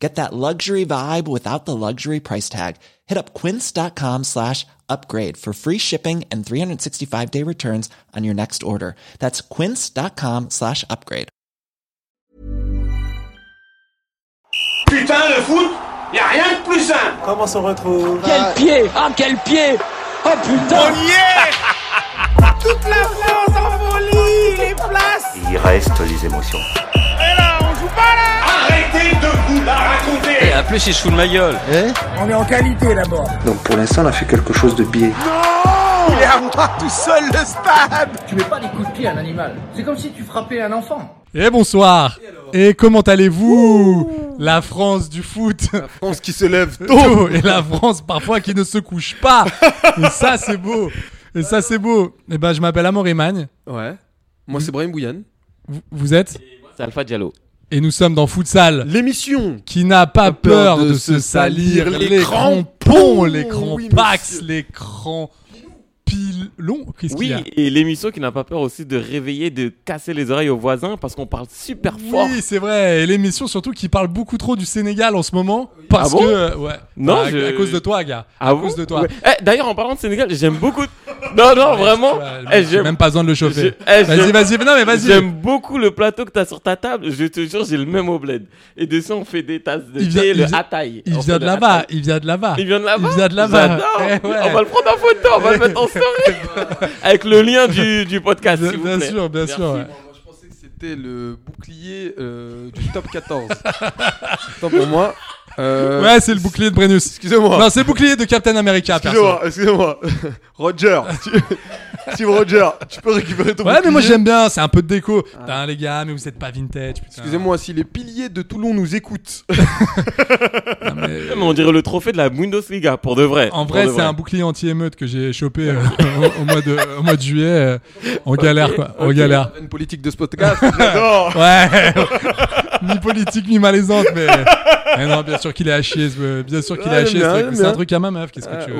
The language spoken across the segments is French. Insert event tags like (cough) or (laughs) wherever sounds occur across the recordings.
Get that luxury vibe without the luxury price tag. Hit up quince.com slash upgrade for free shipping and 365 day returns on your next order. That's quince.com slash upgrade. Putain, le foot, y a rien de plus simple. Comment on se retrouve Quel pied Ah quel pied Oh putain On y est (laughs) Toute la France en folie, les places. Il reste les émotions. Et là, on joue pas là. Arrêtez de vous la raconter. En plus, il se fout de ma gueule. Donc pour l'instant, on a fait quelque chose de biais. Il est à moi tout seul le stade. Tu mets pas des coups de pied à un animal. C'est comme si tu frappais un enfant. Et Eh, bonsoir Et comment allez-vous La France du foot France qui se lève tôt Et la France parfois qui ne se couche pas Et ça c'est beau Et ça c'est beau Et ben je m'appelle Amor Emagne, Ouais. Moi, c'est Brahim Bouyan. vous, vous êtes C'est Alpha Diallo. Et nous sommes dans Futsal, L'émission qui n'a pas peur de se salir salir. les Les crampons, crampons, les crampons oui, pax, monsieur. les crampons pilons Qu'est-ce qu'il Oui, y a et l'émission qui n'a pas peur aussi de réveiller, de casser les oreilles aux voisins parce qu'on parle super fort. Oui, c'est vrai. Et l'émission surtout qui parle beaucoup trop du Sénégal en ce moment parce Ah bon que euh, ouais. Non, à, je- à cause de toi, gars. Ah à bon cause de toi. Ouais. Eh, D'ailleurs, en parlant de Sénégal, (laughs) j'aime beaucoup. Non, non, vraiment. Ouais, eh, j'ai j'aime- même pas besoin de le chauffer. je- eh, Vas-y, j'aime- vas-y, mais non, mais vas-y. J'aime beaucoup le plateau que t'as sur ta table. Je te jure, j'ai le même au bled. Et dessus, on fait des tasses de Il vient- thé, il le vient- hataï. Il On vient fait de le là-bas, hataï. il vient de là-bas. Il vient de là-bas. Il vient de là-bas. J'adore. Eh ouais. On va le prendre en photo, on va le mettre en story. (laughs) Avec le lien du, du podcast, Bien, s'il vous bien plaît. sûr, bien Merci. sûr. ouais. Moi, je pensais que c'était le bouclier euh, du top 14. (laughs) Tant pour moi. Euh, Ouais, c'est le bouclier de Brennus. Excusez-moi. Non, c'est le bouclier de Captain America, perso. Excusez-moi, excusez-moi. (laughs) Roger. tu- (laughs) Steve Roger, tu peux récupérer ton Ouais, mais moi bouclier j'aime bien, c'est un peu de déco. Ah. Putain, les gars, mais vous êtes pas vintage, putain. Excusez-moi, si les piliers de Toulon nous écoutent. Ouais, mais on dirait le trophée de la Bundesliga, pour de vrai. En Pour vrai, de c'est un bouclier anti-émeute que j'ai chopé euh, (laughs) au, au mois de, au mois de juillet. euh, en galère, quoi. En galère. Une politique de ce (laughs) podcast. J'adore. (laughs) Ouais. mi politique, mi malaisante, mais. mais non, bien sûr qu'il est à chier. ce- Bien sûr qu'il est Ouais, à chier. ce j'aime bien, Euh, truc. j'aime C'est un bien. truc à ma meuf. Qu'est-ce que tu veux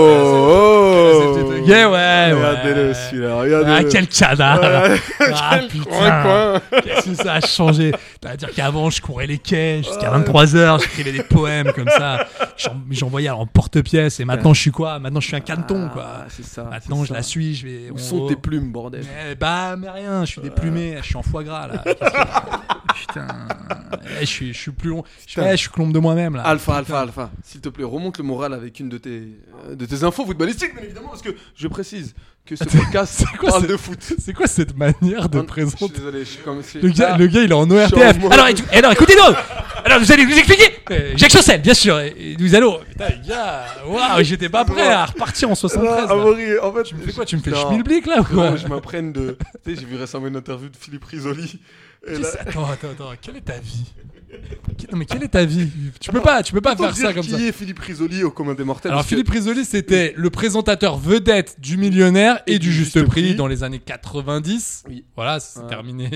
Oh, Euh, C'est le oh. petit gay, ouais, ouais. Regardez-le celui-là, regardez-le. Ah, quel cadavre! Ah, (laughs) putain! Coin, coin. Qu'est-ce que ça a changé? C'est-à-dire qu'avant, je courais les quais jusqu'à 23h, j'écrivais des poèmes comme ça, j'en- j'envoyais en porte-pièce, et maintenant, je suis quoi? Maintenant, je suis un caneton, quoi. Ah, c'est ça. Maintenant, c'est je ça. la Oh. suis, je vais. Où on- sont tes plumes, bordel Eh bah, mais rien, je suis déplumé, je suis en foie gras là. Qu'est-ce que- (laughs) Putain, Eh, je suis, je suis plus long, je, Putain. eh, je suis clombe de moi-même là. Alpha, Alpha, Alpha, Ah, s'il te plaît, remonte le moral avec une de tes, euh, de tes infos footballistiques, bien évidemment, parce que je précise que (laughs) ce podcast quoi parle ce- de foot. C'est quoi cette manière de Non, Je suis présenter désolé, je suis comme. c'est- le gars, Ah, le gars, il est en Change ORTF. moi. Alors, et tu- alors, écoutez donc Alors, vous allez nous expliquer Euh, Jacques Chancel, bien sûr, et, et nous allons. Putain, les gars, waouh, j'étais pas prêt à repartir en ah, 73. là. Amaury, en fait. Tu me fais quoi je- Tu me fais Non, schmilblick là ou quoi non, Je m'apprenne de. (laughs) Tu sais, j'ai vu récemment une interview de Philippe Risoli. Et là, Qu'est-ce- Attends, attends, attends, quelle est ta vie Que- Non, mais quelle est ta vie Tu peux pas, tu peux pas autant faire ça dire comme qui ça. est Philippe Risoli au commun des mortels Alors parce que- (laughs) Philippe Risoli, c'était le présentateur vedette du millionnaire et, du juste, prix, prix dans les années 90. Oui. Voilà, c'est Ouais. (laughs) terminé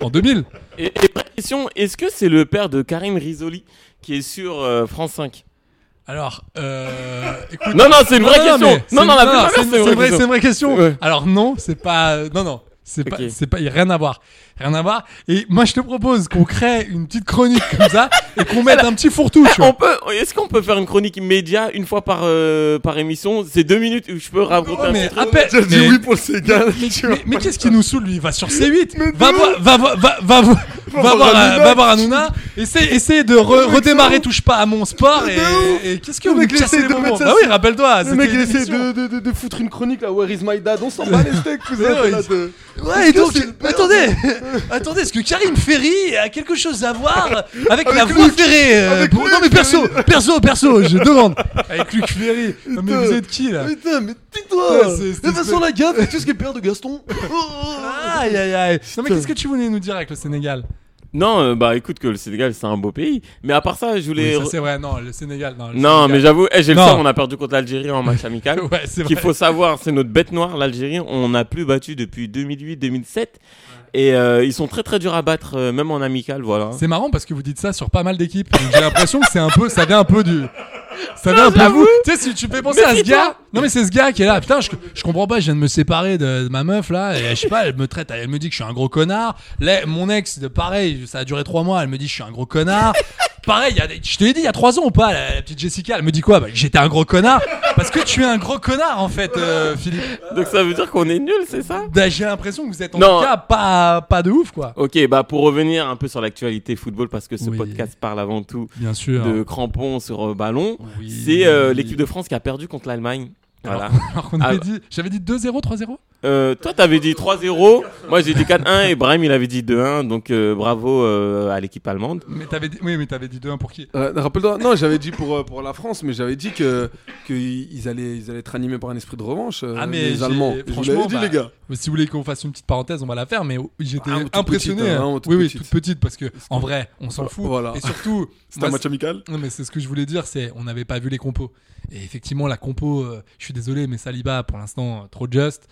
en 2000. Et, et vraie question, est-ce que c'est le père de Karim Risoli qui est sur euh, France 5 Alors, euh, écoute. Non, non, c'est une vraie mais question. c'est- Non, non, la première, c'est c'est vrai, c'est une vraie question. Ouais. Alors non, c'est pas. euh, Non, non. C'est Ok. pas, c'est pas, y a rien à voir, rien à voir. Et moi, je te propose qu'on crée une petite chronique comme ça et qu'on mette un petit fourre-tout. tu vois. On peut, est-ce qu'on peut faire une chronique média une fois par, euh, par émission C'est deux minutes où je peux raconter Ouais, un mais petit truc. appelle. J'ai dit mais- oui pour le Sénégal. Mais, tu mais- vois. mais qu'est-ce qui nous saoule lui Il va sur C8 Mais Va de voir va, voir- va, va, voir- va, voir voir, Hanouna. euh, va voir Hanouna Essaye, essaye de re- mec, redémarrer ça. Touche pas à mon sport Mais Et, de ouf. et qu'est-ce que Le vous mec, il essaie cassez les de moments mettre ça Bah sur- oui rappelle-toi Le c'était mec, il une essaie émission. de, de, de, de foutre une chronique là, Where is my dad On s'en bat les steaks, vous (laughs) Mais non, êtes là il- de. Ouais et Qu'est-ce donc que c'est le père (laughs) Attendez Attendez Est-ce que Karim Ferry A quelque chose à voir Avec, la Luc. voix ferrée euh, Avec pour- Luc Non mais perso Ferry. Perso (laughs) Perso Je demande Avec Luc Ferry Non, Mais vous Putain. êtes qui là Putain, mais Ouais, tais-toi c'est- De c'est- toute façon, la (laughs) gaffe, et tout ce qui est père de Gaston. Aïe aïe aïe Non mais qu'est-ce que tu voulais nous dire avec le Sénégal Non, euh, bah écoute, que le Sénégal, c'est un beau pays. Mais à part ça, je voulais. Oui, ça, re- c'est vrai, non, le Sénégal. Non, le non, mais Sénégal. j'avoue, eh, j'ai le Non. sort, on a perdu contre l'Algérie en match amical. (laughs) Ouais, c'est qu'il vrai. faut savoir, c'est notre bête noire, l'Algérie. On n'a plus battu depuis 2008-2007. Et euh, ils sont très très durs à battre, euh, même en amical, voilà. C'est marrant parce que vous dites ça sur pas mal d'équipes. donc J'ai l'impression que c'est un peu, ça vient un peu du. Ça vient un peu vous. Tu sais, si tu fais penser à ce gars. Non, mais c'est ce gars qui est là. Putain, je, je comprends pas. Je viens de me séparer de, de ma meuf là. Et je sais pas, elle me traite, elle me dit que je suis un gros connard. Là, mon ex, de pareil, ça a duré trois mois. Elle me dit que je suis un gros connard. Pareil, il y a des- je te l'ai dit il y a trois ans ou pas, la, la petite Jessica, elle me dit quoi Bah, que J'étais un gros connard. Parce que tu es un gros connard en fait, euh, Philippe. Donc ça veut dire qu'on est nul, c'est ça Bah, J'ai l'impression que vous êtes en Non. tout cas pas, pas de ouf quoi. Ok, bah pour revenir un peu sur l'actualité football, parce que ce Oui. podcast parle avant tout Bien sûr. de crampons sur euh, ballon, Oui. c'est euh, l'équipe de France qui a perdu contre l'Allemagne. Voilà. Alors qu'on avait Ah. dit, j'avais dit 2-0, 3-0 Euh, toi, t'avais dit 3-0, moi j'ai dit 4-1 et Brahim il avait dit 2-1, donc euh, bravo euh, à l'équipe allemande. Mais t'avais dit, oui, mais t'avais dit 2-1 pour qui Euh, Rappelle-toi, non, j'avais dit pour, euh, pour la France, mais j'avais dit que qu'ils allaient, ils allaient être animés par un esprit de revanche. euh, Ah, mais les j'ai- Allemands. Je vous franchement, l'avais dit, bah, les gars. Mais Si vous voulez qu'on fasse une petite parenthèse, on va la faire, mais j'étais Ah, toute impressionné. petite, hein, vraiment toute oui, oui, petite. toute petite, parce que en vrai, on s'en Voilà, fout. voilà. Et surtout, C'était moi, un match amical. c'est- non, mais c'est ce que je voulais dire, c'est on n'avait pas vu les compos. Et effectivement, la compo, euh, je suis désolé, mais Saliba, pour l'instant, euh, trop just.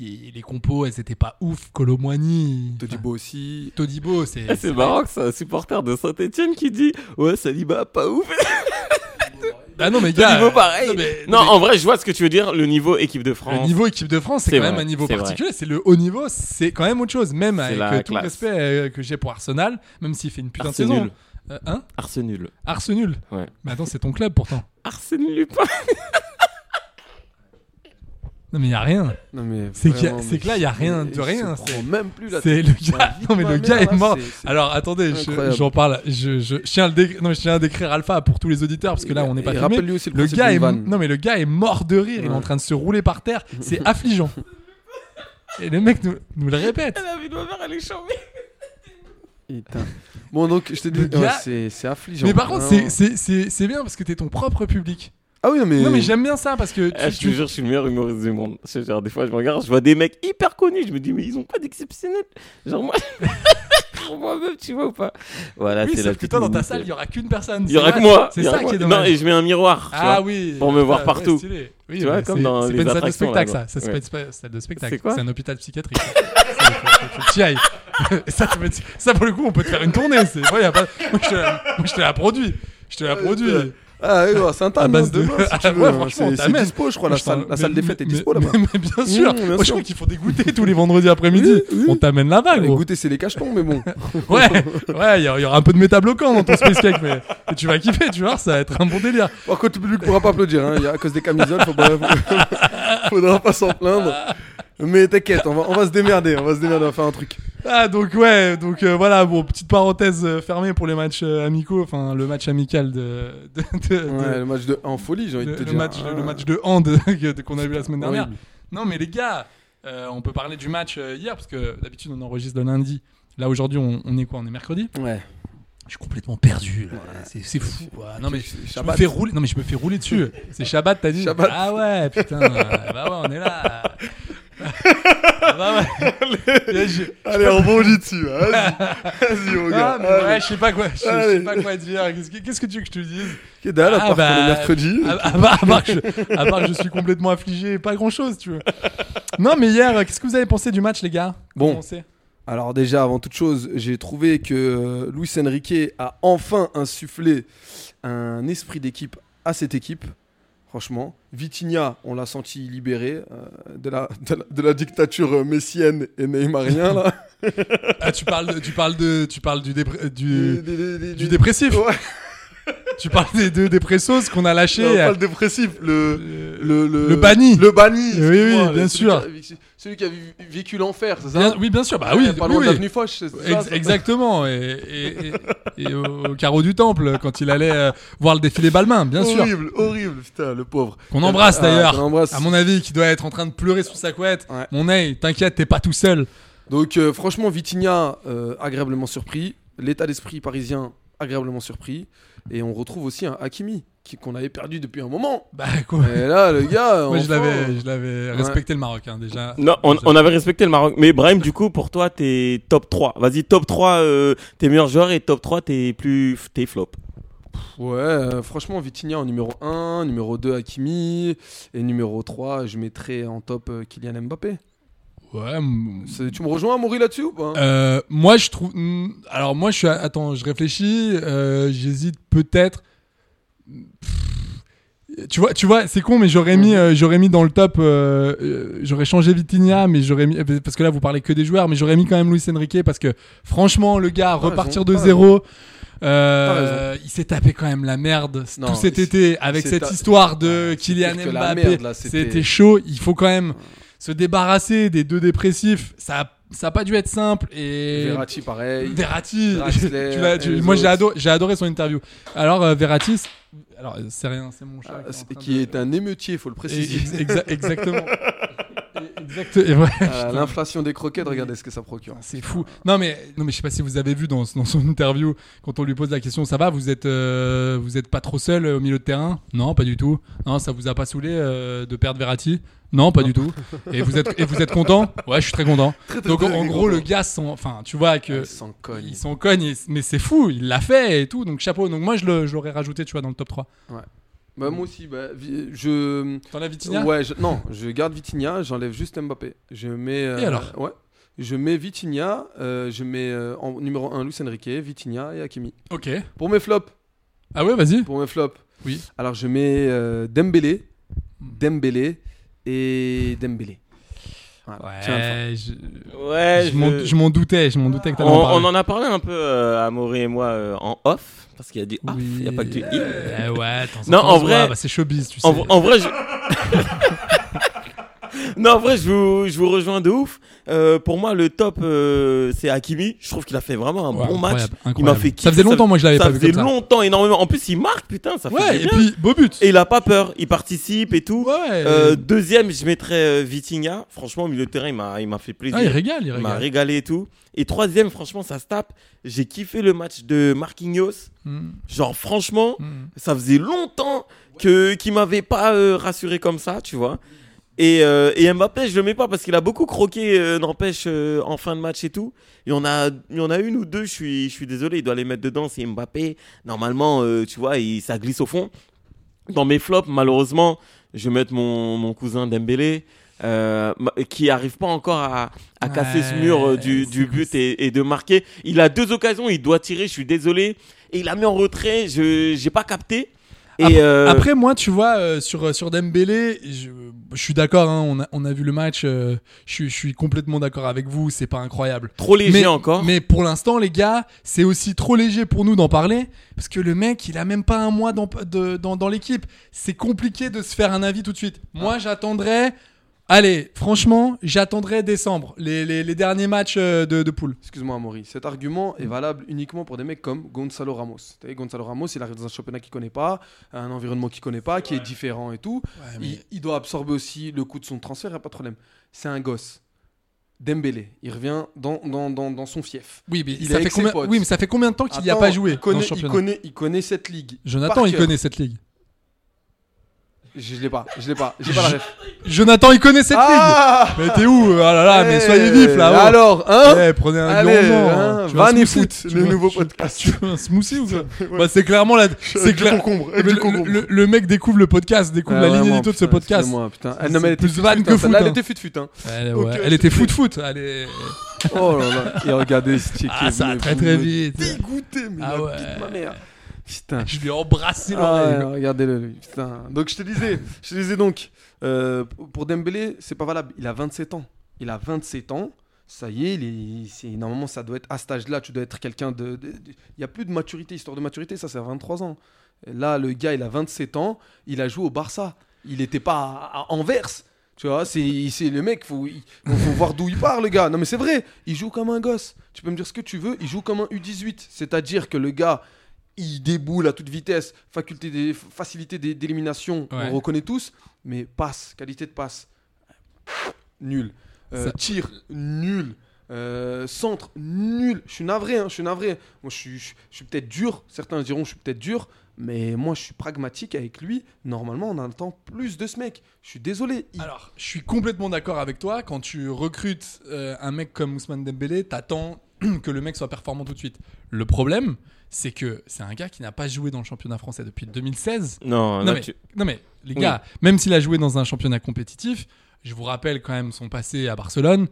Et les compos, elles étaient pas ouf. Colomwani, Todibo aussi. Todibo, c'est. Eh, C'est marrant que c'est un supporter de Saint-Etienne qui dit Ouais, Saliba, pas ouf. Ah non, mais Le gars. niveau euh, pareil. non, mais- non, non, mais- en vrai, je vois ce que tu veux dire, le niveau équipe de Le France. niveau équipe de France, c'est C'est quand même vrai, un niveau c'est vrai. particulier. C'est le haut niveau, c'est quand même autre chose. Même avec la euh, tout le classe. respect euh, que j'ai pour Arsenal, même s'il fait une putain de Arsenal. saison. Euh, hein Arsenal. Arsenal. Ouais. Mais attends, c'est ton club pourtant. Arsène Lupin. Non, mais il y a rien. Non, mais C'est qu'il y a- vraiment, c'est que là, il y a rien de il se rien, prend c'est- même plus la C'est tête. le gars. Ouais, (laughs) Non, mais le vite, gars ma mère, est là, mort. c'est- c'est- Alors attendez, je- incroyable. j'en parle. Je, je, je tiens à le décrire- non, mais je tiens à décrire Alpha pour tous les auditeurs parce que là, on n'est pas Et filmé. rappelle-lui aussi le Le principe gars d'une est vanne. non mais le gars est mort de rire. Il est en train de se rouler par terre. (laughs) C'est affligeant. Et le mec nous, nous le répète. La vie de ma mère, elle est chambée. Putain. Bon, donc, je t'ai dit, Le gars- ouais, c'est c'est affligeant. Mais par contre, c'est- Vraiment. c'est- c'est c'est bien parce que t'es ton propre public. Ah oui, non, mais. Non mais j'aime bien ça parce que tu- Eh, je te tu, jure, je suis le meilleur humoriste du monde. Je te jure, des fois, je me regarde, je vois des mecs hyper connus, je me dis, mais ils ont pas d'exceptionnel. Genre moi, (laughs) genre moi-même, tu vois ou pas Voilà, oui, c'est la sauf que petite toi dans ta minute. salle, il y aura qu'une personne. Il y C'est aura ça- que moi. C'est il y aura ça que qui est moi. Non, dommage. et je mets un miroir. tu Ah vois. oui. pour me voir ouais, partout. stylé. Oui, Tu vois, mais comme c'est- dans c'est les pas une salle de attractions, spectacle, là-bas. ça. Ça, c'est Ouais. pas une spa- salle de spectacle. C'est quoi un hôpital psychiatrique. (laughs) ça. Faut- faut que tu y ailles. (laughs) ça, tu peux- ça, pour le coup, on peut te faire une tournée. C'est vrai, y a pas... Moi, je te la- moi, je te la produis. Je te la produis. Ah oui, ouais, c'est un tas À base de. de- demain, si tu Ah veux, (laughs) ouais, hein. franchement, C'est- on c'est t'amène. dispo, je crois. La Moi, je t'en- salle, la salle des mais- fêtes est mais- dispo là-bas. mais- mais bien sûr. bien Moi, je sûr. crois qu'il faut dégoûter tous les vendredis après-midi. On t'amène là-bas, Les gros. goûter, c'est les cachetons, mais (laughs) bon. Ouais, ouais, il y, aura- il y aura un peu de métabloquant dans ton space cake, mais mais tu vas kiffer, tu vois, ça va être un bon délire. Par contre, le public pourra pas applaudir. Hein. Il y a- À cause des camisoles, faut pas... (laughs) faudra pas s'en plaindre. Mais t'inquiète, on va, on va se démerder. On va se démerder, on va faire un truc. Ah donc ouais, donc euh, voilà, bon, petite parenthèse euh, fermée pour les matchs euh, amicaux, enfin le match amical de, de, de- de- Ouais, le match de en folie, j'ai envie de- de te le dire. match Ah. le match de hand (laughs) que- qu'on a vu la semaine dernière. horrible. Non mais les gars, euh, on peut parler du match euh, hier parce que d'habitude on enregistre le lundi. Là aujourd'hui on, on est quoi On est mercredi. Ouais. Je suis complètement perdu. là. C'est- C'est fou. quoi. Non mais C'est je me Shabbat. fais rouler. Non mais je me fais rouler dessus. C'est Shabbat, t'as dit. Shabbat. Ah ouais, (laughs) putain. euh, bah ouais, on est là. Ah bah ouais. Là, je- Allez, on rebondit dessus. Vas-y, (laughs) vas-y, mon gars. Ah, mais Allez. ouais, je sais pas quoi, je sais- je sais Allez. pas quoi dire. Qu'est-ce que, qu'est-ce que tu veux que je te dise Qu'est-ce que dalle, Ah, à part qu'on bah, est mercredi à, à part, à part que je, à part que je suis complètement affligé, pas grand-chose, tu veux. Non, mais hier, euh, qu'est-ce que vous avez pensé du match, les gars Bon. Comment c'est Alors déjà, avant toute chose, j'ai trouvé que euh, Luis Enrique a enfin insufflé un esprit d'équipe à cette équipe. Franchement, Vitinha, on l'a senti libéré euh, de, la, de, la, de la dictature euh, messienne et neymarien là. Ah, tu parles, de- tu parles de, tu parles du, dépré- euh, (laughs) du, du Du Oh. dépressif. Ouais. Tu parles des deux dépressos qu'on a lâchés. Non, euh, pas le dépressif, le le le, le banni. le banni. Oui, oui, excuse-moi, bien le- sûr. Celui qui a, celui qui a vé- vécu l'enfer, c'est ça Bien- oui, bien sûr. Bah oui, Ouais, Hein pas oui, loin oui. de l'avenue Foch. c'est ça, Ex- ça exactement. Et, et- et- et au carreau du temple, quand il allait euh, voir le défilé Balmain, bien sûr. Horrible, horrible, putain, le pauvre. Qu'on embrasse Ah, d'ailleurs. qu'on embrasse. À mon avis, qui doit être en train de pleurer sous sa couette. Ouais. Mon œil, t'inquiète, t'es pas tout seul. Donc euh, franchement, Vitinha, euh, agréablement surpris. L'état d'esprit parisien, agréablement surpris. Et on retrouve aussi un Hakimi qui- qu'on avait perdu depuis un (laughs) moment. Bah quoi Et là, le gars. Moi je euh, enfin, l'avais, je l'avais respecté le Maroc hein, déjà. Non, on, Déjà. on avait respecté le Maroc. Mais Brahim, du coup, pour toi, t'es top 3. Vas-y, top 3, euh, tes meilleurs joueurs et top 3, t'es plus. t'es flop. Ouais, euh, franchement, Vitinha en numéro 1, numéro 2, Hakimi. Et numéro 3, je mettrais en top euh, Kylian Mbappé. Ouais. m- C'est- Tu me rejoins, Amaury, là-dessus ou pas Euh, moi je trouve. hmm, Alors moi je suis. Attends, je réfléchis. euh, J'hésite peut-être. Pff, Tu vois, tu vois, c'est con, mais j'aurais Mhm. mis, euh, j'aurais mis dans le top, euh, euh, j'aurais changé Vitinha, mais j'aurais mis, euh, parce que là vous parlez que des joueurs, mais j'aurais mis quand même Luis Enrique parce que franchement le gars raison, repartir de t'as zéro, euh, il s'est tapé quand même la merde Non, tout cet il- été avec c'est cette ta- histoire de Ouais, Kylian c'est pire que la Mbappé. merde, là, c'était- C'était chaud. Il faut quand même se débarrasser des deux dépressifs. Ça, a- ça a pas dû être simple. Et Verratti, pareil. Verratti, Draxler, (laughs) tu l'as- tu- et les moi j'ai autres. adoré, j'ai adoré son interview. Alors euh, Verratti, c'est- alors euh, c'est rien, c'est mon chat. Ah, en c'est- train Qui de- est un émeutier, faut le Et- préciser. (laughs) ex- exa- exactement. Et- exacte- et ouais, Ah, L'inflation des croquettes, regardez ce que ça procure. c'est fou. Non mais non mais je sais pas si vous avez vu dans, dans son interview quand on lui pose la question, ça va, vous êtes euh, vous êtes pas trop seul euh, au milieu de terrain Non, pas du tout. Non, ça vous a pas saoulé euh, de perdre Verratti Non, pas du tout. Et vous êtes et vous êtes content Ouais, je suis très content. Donc en, en gros le gars, s'en- enfin tu vois que Il s'en cogne. Ils s'en cognent, et- mais c'est fou, il l'a fait et tout, donc chapeau. Donc moi, je le- je l'aurais rajouté, tu vois, dans le top 3. Bah, moi aussi, bah, vi- je. T'en as Vitinha ouais, je- non, je garde Vitinha, j'enlève juste Mbappé. Je mets. euh, Et alors Ouais. Je mets Vitinha, euh, je mets euh, en numéro 1 Luis Enrique, Vitinha et Hakimi. Ok. Pour mes flops, Ah ouais, vas-y. pour mes flops. Oui. Hmm. Alors je mets euh, Dembélé, Dembélé et Dembélé. Voilà, tiens, à le faire. Ouais, je, Ouais, je m'en- je m'en doutais, je m'en doutais que On, t'allais en on parler. en a parlé un peu, euh, Amaury et moi, euh, en off. Parce qu'il y a du off, il n'y a pas que du i. Euh, ouais, attends, Non, en vrai- bah, c'est showbiz, tu sais. En, v- en vrai, oh, je... (laughs) non, en vrai, je vous, je vous rejoins de ouf. Euh, pour moi, le top, euh, c'est Hakimi. Je trouve qu'il a fait vraiment un Ouais, bon match. incroyable, Il m'a incroyable. fait Ça faisait longtemps, moi, je l'avais pas vu faisait comme ça. longtemps, énormément. En plus, il marque, putain, ça fait Ouais, du et bien. puis, beau but. Et il a pas peur, il participe et tout. Ouais. Euh, deuxième, je mettrais euh, Vitinha. Franchement, au milieu de terrain, il m'a, il m'a fait plaisir. ah, il régale, il il m'a régale. régalé et tout. Et troisième, franchement, ça se tape. J'ai kiffé le match de Marquinhos. Mm, Genre, franchement, mm. ça faisait longtemps que qu'il m'avait pas euh, rassuré comme ça, tu vois. Et, euh, et Mbappé, je le mets pas parce qu'il a beaucoup croqué, euh, n'empêche, euh, en fin de match et tout. Il y en a, il y en a une ou deux, je suis, je suis désolé, il doit les mettre dedans, c'est Mbappé. Normalement, euh, tu vois, il, ça glisse au fond. Dans mes flops, malheureusement, je vais mettre mon, mon cousin Dembélé, euh, ma- qui arrive pas encore à, à casser ce Ouais, mur euh, du, c'est du but et, et de marquer. Il a deux occasions, il doit tirer, je suis désolé. Et il l'a mis en retrait, je j'ai pas capté. Et Après- euh, Après, moi, tu vois, euh, sur, sur Dembélé, je, je suis d'accord, hein, on, a, on a vu le match, euh, je, suis- je suis complètement d'accord avec vous, c'est pas incroyable. trop léger mais, encore. Mais pour l'instant, les gars, c'est aussi trop léger pour nous d'en parler parce que le mec, il a même pas un mois dans, de- dans, dans l'équipe. C'est compliqué de se faire un avis tout de suite. Ah. Moi, j'attendrai. Allez, franchement, j'attendrai décembre, les, les, les derniers matchs euh, de, de poule. Excuse-moi, Amaury. Cet argument est valable uniquement pour des mecs comme Gonzalo Ramos. T'as vu, Gonzalo Ramos, il arrive dans un championnat qu'il connaît pas, un environnement qu'il connaît pas, qui est différent et tout. il, il doit absorber aussi le coût de son transfert, y a pas de problème. C'est un gosse. Dembélé, il revient dans, dans, dans, dans son fief. Oui, mais, Il est ça fait avec ses combien... potes. oui, mais ça fait combien de temps qu'il n'y a Attends, pas joué il connaît, dans le il, championnat connaît, il connaît cette ligue. Jonathan, Par il cœur. connaît cette ligue. Je l'ai pas, je l'ai pas, j'ai pas la ref. Jonathan, il connaît cette Ah ligue. Mais t'es où Ah là là, mais Eh, soyez vifs là. oh. Alors, hein Eh, prenez un Allez, Allez, hein, Van et Foot, le nouveau podcast. (laughs) Tu veux un smoothie ou (laughs) quoi Bah, c'est clairement la. C'est Avec du clair. Eh, concombre, Le, avec du concombre. le- le mec découvre le podcast, découvre Ouais, la Ah, vraiment, ligne édito de ce putain, podcast. Ah, excusez-moi, putain. C'est- Elle, non, mais elle c'est était plus fut-fut, van que hein, foot, celle-là, hein. Elle était fut-fut. Hein. Elle, Ok, ouais, elle s'il était te plaît. foot foot. Elle est... Oh là là. Et regardez ce ticket. Ah, ça va vous très me très vite. Dégoûté, mais Ah la ouais. vie de ma mère. Putain. Je lui ai embrassé Ah ouais, l'oreille. regardez-le, lui, putain. Donc je te disais, je te disais donc, euh, pour Dembélé, c'est pas valable. Il a 27 ans. Il a 27 ans. Ça y est, il est- c'est- normalement, ça doit être à cet âge-là, tu dois être quelqu'un de. de- de- Il n'y a plus de maturité, histoire de maturité, ça, c'est à 23 ans. Et Là, le gars, il a 27 ans, il a joué au Barça. Il n'était pas à, à Anvers. Tu vois, c'est c'est le mec, faut, il faut- faut voir d'où il part, le gars. Non, mais c'est vrai, il joue comme un gosse. Tu peux me dire ce que tu veux, il joue comme un U18. C'est-à-dire que le gars, il déboule à toute vitesse, faculté des, facilité des- d'élimination, Ouais. on reconnaît tous, mais passe, qualité de passe, nul. Euh, Ça- Tir, nul. Euh, centre nul. Je suis navré, hein, je suis navré. Moi, je suis, je- je suis peut-être dur. Certains diront je suis peut-être dur, mais moi, je suis pragmatique avec lui. Normalement, on attend plus de ce mec. Je suis désolé. Il- hein. Alors, je suis complètement d'accord avec toi. Quand tu recrutes euh, un mec comme Ousmane Dembélé, t'attends (clears throat) que le mec soit performant tout de suite. Le problème, c'est que c'est un gars qui n'a pas joué dans le championnat français depuis 2016. Non, non, là, mais, tu- non, mais, les Oui. gars, même s'il a joué dans un championnat compétitif, je vous rappelle quand même son passé à Barcelone.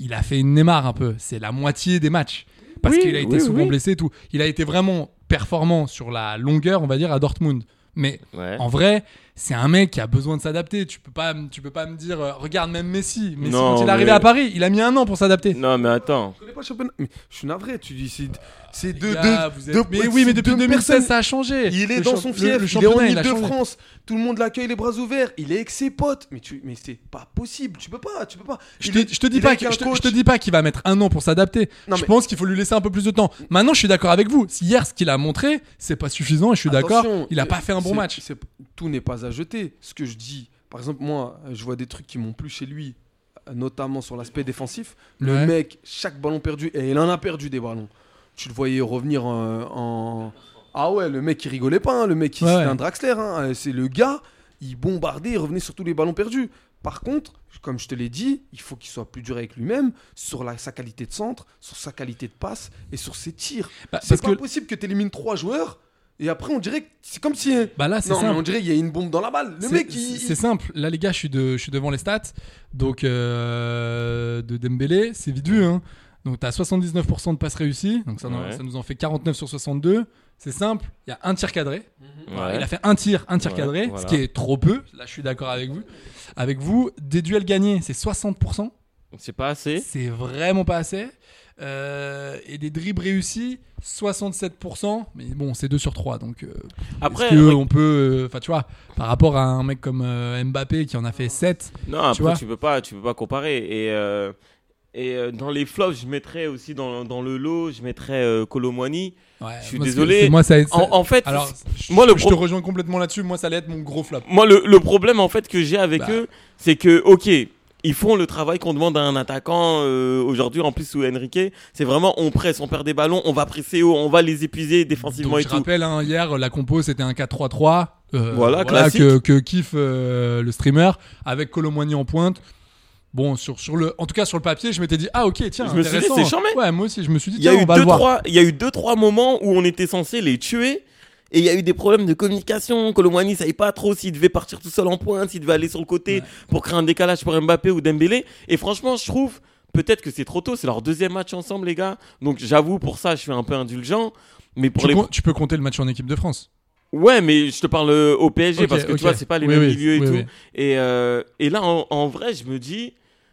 Il a fait une Neymar un peu. C'est la moitié des matchs. Parce Oui, qu'il a été oui, souvent oui. blessé et tout. Il a été vraiment performant sur la longueur, on va dire, à Dortmund. Mais Ouais. en vrai, c'est un mec qui a besoin de s'adapter. Tu peux pas, m- tu peux pas me dire, euh, regarde même Messi. Messi Non, quand il est mais- arrivé à Paris, il a mis un an pour s'adapter. Non, mais attends. Je connais pas le championnat. Mais je suis navré. Tu dis c'est, c'est Les deux, gars, deux- vous êtes- deux- mais oui, mais depuis deux 2016, personnes- ça a changé. Il est Le dans champ- son le- fief, le il est en championnat, il a changé. Ile-de-France, tout le monde l'accueille les bras ouverts, il est avec ses potes. Mais, tu, mais c'est pas possible, tu peux pas, tu peux pas. Je Il te, est- je te dis il est pas avec que- un je te, coach. je te dis pas qu'il va mettre un an pour s'adapter. Non, Je mais- pense qu'il faut lui laisser un peu plus de temps. Maintenant, je suis d'accord avec vous. Si Hier, ce qu'il a montré, c'est pas suffisant. et Je suis d'accord. Attention, Il a euh, pas fait un bon c'est- match. c'est- Tout n'est pas à jeter. Ce que je dis, par exemple, moi, euh, je vois des trucs qui m'ont plu chez lui, euh, notamment sur l'aspect défensif. Le Ouais. mec, chaque ballon perdu, et il en a perdu des ballons. Tu le voyais revenir euh, en. Ah ouais, le mec, il rigolait pas. hein, Le mec, il- Ouais, c'était ouais. un Draxler. hein, euh, C'est le gars, il bombardait, il revenait sur tous les ballons perdus. Par contre, comme je te l'ai dit, il faut qu'il soit plus dur avec lui-même sur la- sa qualité de centre, sur sa qualité de passe et sur ses tirs. Bah, C'est parce pas que possible que tu élimines trois joueurs et après on dirait que c'est comme si. bah là, c'est non, mais simple. on dirait qu'il y a une bombe dans la balle. Le C'est- mec, c'est- il. c'est simple. Là, les gars, je suis, de- je suis devant les stats. Donc, euh, de Dembélé, c'est vite vu. Hein. Donc, t'as 79% de passes réussies. Donc, ça, nous- Ouais. ça nous en fait 49 sur 62. C'est simple. Il y a un tir cadré. Ouais. Il a fait un tir, un tir Ouais, cadré, voilà. ce qui est trop peu. Là, je suis d'accord avec vous. Avec vous, des duels gagnés, c'est 60%. C'est pas assez. C'est vraiment pas assez. Euh, et des dribbles réussis, 67%. Mais bon, c'est 2 sur 3. Donc, euh, Après, est-ce que ouais. on peut. euh, Enfin, tu vois, par rapport à un mec comme euh, Mbappé qui en a fait 7. Non, après, Tu tu, vois peux pas, tu peux pas comparer. Et, euh, et euh, dans les flops, je mettrais aussi dans, dans le lot, je mettrais euh, Colomwani. Ouais, Je suis moi, c'est- désolé. c'est- Moi, ça, ça- En, en fait, alors, c'est- moi, le je pro- te rejoins complètement là-dessus. Moi, ça allait être mon gros flop. moi le, le problème en fait que j'ai avec Bah. eux, c'est que ok, ils font le travail qu'on demande à un attaquant euh, aujourd'hui en plus sous Enrique. C'est vraiment on presse, on perd des ballons, on va presser haut, on va les épuiser défensivement Donc, et je tout. rappelle, hein, hier, la compo, c'était un 4-3-3. euh, Voilà, classique. que, que kiffe euh, le streamer avec Colomboigny en pointe. Bon, sur, sur le, en tout cas sur le papier, je m'étais dit ah ok tiens Je me suis dit, intéressant. c'est charmé. Ouais, moi aussi je me suis dit Il y a tiens, eu on va le deux voir. trois, il y a eu deux trois moments où on était censé les tuer. Et il y a eu des problèmes de communication. Colomani savait pas trop s'il devait partir tout seul en pointe, s'il devait aller sur le côté pour créer un décalage pour Mbappé ou Dembélé. Et franchement, je trouve peut-être que c'est trop tôt. C'est leur deuxième match ensemble, les gars. Donc j'avoue pour ça, je suis un peu indulgent. Mais pour Tu, les com- tu peux compter le match en équipe de France. ouais, mais je te parle euh, au PSG Ok, parce que ok. tu vois, c'est pas les Oui, mêmes oui, milieux et oui, tout. oui. Et, euh, et là, en, en vrai, je me dis,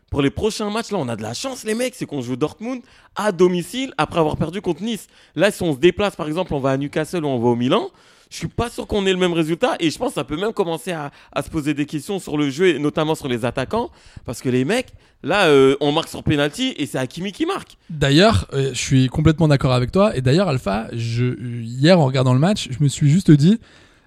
pour les prochains matchs, là, on a de la chance, les mecs, c'est qu'on joue Dortmund à domicile après avoir perdu contre Nice. Là, si on se déplace, par exemple, on va à Newcastle ou on va au Milan, je suis pas sûr qu'on ait le même résultat. Et je pense que ça peut même commencer à, à se poser des questions sur le jeu, et notamment sur les attaquants, parce que les mecs, là, euh, on marque sur penalty et c'est Hakimi qui marque. D'ailleurs, euh, je suis complètement d'accord avec toi. Et d'ailleurs, Alpha, je, hier en regardant le match, je me suis juste dit,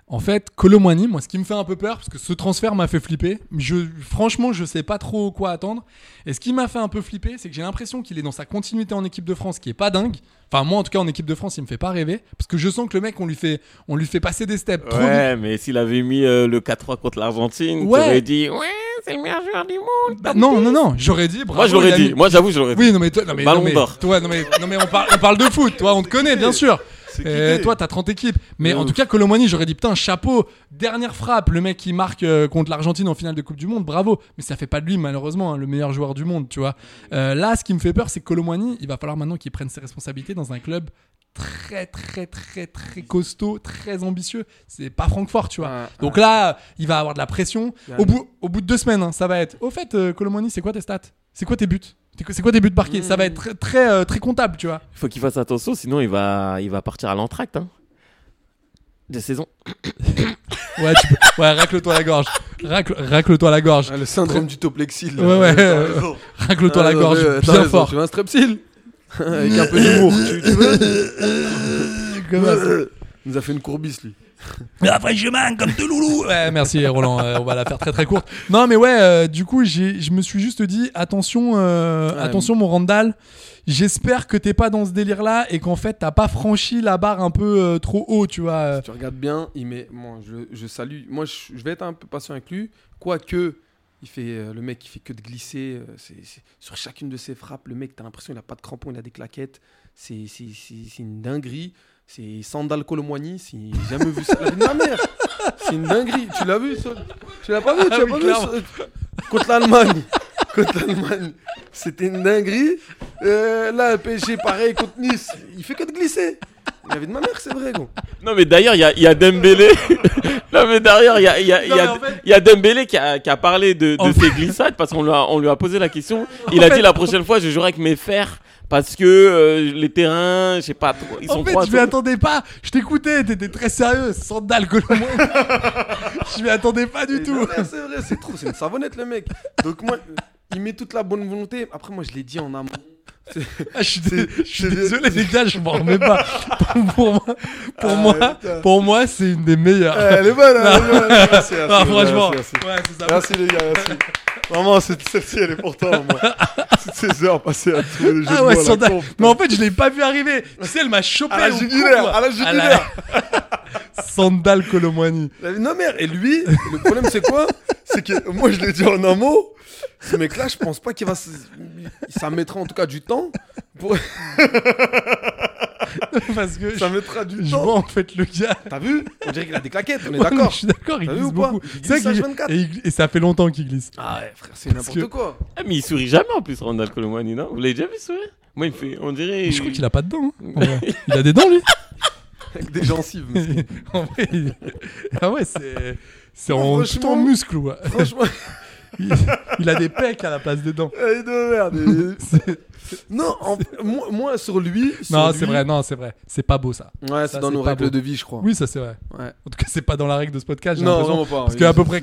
en fait, Colomwani, moi, ce qui me fait un peu peur, parce que ce transfert m'a fait flipper. Je, franchement, je sais pas trop quoi attendre. Et ce qui m'a fait un peu flipper, c'est que j'ai l'impression qu'il est dans sa continuité en équipe de France, qui est pas dingue. Enfin, moi, en tout cas, en équipe de France, il me fait pas rêver, parce que je sens que le mec, on lui fait, on lui fait passer des steps trop vite. Ouais, mais s'il avait mis euh, le 4-3 contre l'Argentine, Ouais. tu aurais dit, ouais, c'est le meilleur joueur du monde. Bah, non, non, non. J'aurais dit. Moi, bravo, je l'aurais il a dit. mis- Moi, j'avoue, je l'aurais dit. Oui, non mais toi, non mais, Ballon non, mais- d'or. toi, non mais, non mais on parle, on parle de foot, toi, on te connaît, (laughs) bien sûr. Euh, toi, t'as 30 équipes. Mais De en ouf. tout cas, Colomani, j'aurais dit putain, chapeau, dernière frappe, le mec qui marque euh, contre l'Argentine en finale de Coupe du Monde, bravo. Mais ça fait pas de lui, malheureusement, hein, le meilleur joueur du monde, tu vois. Euh, là, ce qui me fait peur, c'est que Colomani, il va falloir maintenant qu'il prenne ses responsabilités dans un club très, très, très, très costaud, très ambitieux. C'est pas Francfort, tu vois. Ouais, Donc là, il va avoir de la pression. Ouais. Au bout, au bout de deux semaines, hein, ça va être. Au fait, euh, Colomani, c'est quoi tes stats C'est quoi tes buts C'est quoi- c'est quoi tes buts marqués Ça va être Hmm. très, très, euh, très comptable, tu vois. faut qu'il fasse attention, sinon il va, il va partir à l'entracte. Hein. De saison. Ouais, tu peux- ouais, racle-toi la gorge. Racle- Racle-toi la gorge. Ah, le syndrome du toplexil. Ouais, ouais. Racle-toi Ah, la gorge euh, bien fort. Tu veux un strepsil (laughs) Avec un peu d'humour. tu, tu veux (laughs) Comme ça. Il nous a fait une courbisse, lui. Mais Après, je manque comme de loulou. Ouais, merci Roland, Euh, on va la faire très très courte. Non, mais ouais, euh, du coup, j'ai- je me suis juste dit attention, euh, Ouais. attention, mon Randall. J'espère que t'es pas dans ce délire-là et qu'en fait, t'as pas franchi la barre un peu euh, trop haut, tu vois. euh. Tu regardes bien, il met. Moi, je, je salue. Moi, je, je vais être un peu patient avec lui. Quoique, il fait, euh, le mec, il fait que de glisser. euh, c'est- c'est- sur chacune de ses frappes, le mec, t'as l'impression qu'il a pas de crampons, il a des claquettes. C'est c'est- c'est- c'est une dinguerie. C'est Sandal Colomwani. C'est j'ai jamais vu ça. de La vie de ma mère. C'est une dinguerie. Tu l'as vu, Sol Tu l'as pas vu, tu l'as Ah oui, pas vu, clairement. Sol Contre l'Allemagne. Contre l'Allemagne. C'était une dinguerie. Euh, là, PSG, pareil, contre Nice. Il fait que de glisser. La vie de ma mère, c'est vrai, gros. Non, mais d'ailleurs, il y a, il y (laughs) a Dembélé. non, mais derrière, il y a, il y, a, il y, a- Non, mais en fait- il y a Dembélé qui a, qui a parlé de, de En ses glissades parce qu'on lui, a- on lui a posé (laughs) la question. Il a dit la prochaine fois, je jouerai avec mes fers parce que euh, les terrains, je sais pas trop. Ils sont en fait, trois. je m'y attendais pas. Je t'écoutais, t'étais très sérieux. Sandal, Colombo. je m'y attendais pas du Et tout. non, mais C'est vrai, c'est trop, c'est une savonnette le mec. Donc moi, il met toute la bonne volonté. Après moi, je l'ai dit en amont. Ah, je suis, dé- je suis désolé les gars, je m'en (laughs) remets pas. pour moi, pour Ah, moi, pour moi, c'est une des meilleures. Eh, Elle est bonne, hein, elle est bonne. Merci, merci, Ah, franchement, merci, merci. ouais, c'est ça. Merci, les gars, merci. Vraiment, cette- celle-ci, elle est pour toi, moi. Toutes ces heures passées à trouver les jeux Ah de ouais, mots à la Sandal. con. Mais en fait, je l'ai pas vu arriver. Tu sais, elle m'a chopé À la au cou, jugulaire, quoi. à la jugulaire. (laughs) Sandal (laughs) Colomwani. La vie de ma mère. Et lui, le problème, c'est quoi C'est que moi, je l'ai dit en un mot. Ce mec-là, je pense pas qu'il va. se- Ça mettra en tout cas du temps. pour- Parce que Ça je, mettra du je temps. vois en fait le gars. T'as vu On dirait qu'il a des claquettes, on est Ouais, mais d'accord. Je suis d'accord, il T'as vu ou glisse pas beaucoup. Il C'est vrai glisse qu'il- H24. et, il- et ça fait longtemps qu'il glisse. Ah ouais, frère, c'est Parce n'importe que- quoi. Ah, mais il sourit jamais en plus, Randall Colomani, non Vous l'avez déjà vu sourire Moi, il me fait. On dirait. Je crois qu'il a pas de dents. (laughs) hein, en vrai. Il a des dents lui. (laughs) Avec des gencives, mais c'est- En vrai, il- Ah ouais, c'est c'est en Franchement- tout en muscle ouais. franchement, (laughs) il, il a des pecs à la place des dents. elle est de (laughs) merde. non, en- moi, moi, sur lui. sur Non, lui- c'est vrai, non, c'est vrai. C'est pas beau ça. Ouais, Ça, c'est dans c'est nos pas règles beau. de vie, je crois. Oui, ça c'est vrai. Ouais. En tout cas, c'est pas dans la règle de ce podcast, j'ai Non, l'impression. vraiment pas. Parce qu'à peu près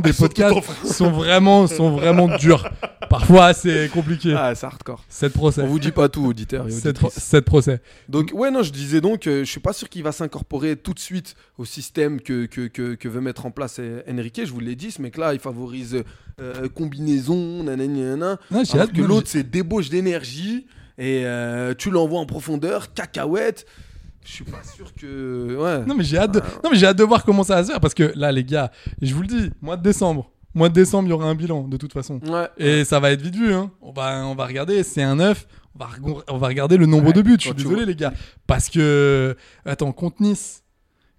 (laughs) des podcasts sont vraiment, sont vraiment durs. Parfois, c'est compliqué. Ah, c'est hardcore. 7 procès. On vous dit pas tout, auditeurs et 7, auditrices. procès. Donc, ouais, non, je disais donc, euh, je suis pas sûr qu'il va s'incorporer tout de suite au système que, que, que, que veut mettre en place euh, Enrique. Je vous l'ai dit, ce mec-là, il favorise euh, euh, combinaison, nanani, nanana. Non, j'ai Alors hâte, que même, l'autre, c'est débauche d'énergie et euh, tu l'envoies en profondeur, cacahuète. Je suis pas sûr que. Ouais. Non mais j'ai hâte de... euh, Non mais j'ai hâte de voir comment ça va se faire parce que là les gars, je vous le dis, mois de décembre, mois de décembre, il y aura un bilan de toute façon. Ouais. Et ça va être vite vu hein. On va on va regarder, c'est un 9, on va reg- on va regarder le nombre de buts, je suis quand tu désolé vois. les gars parce que attends, contre Nice.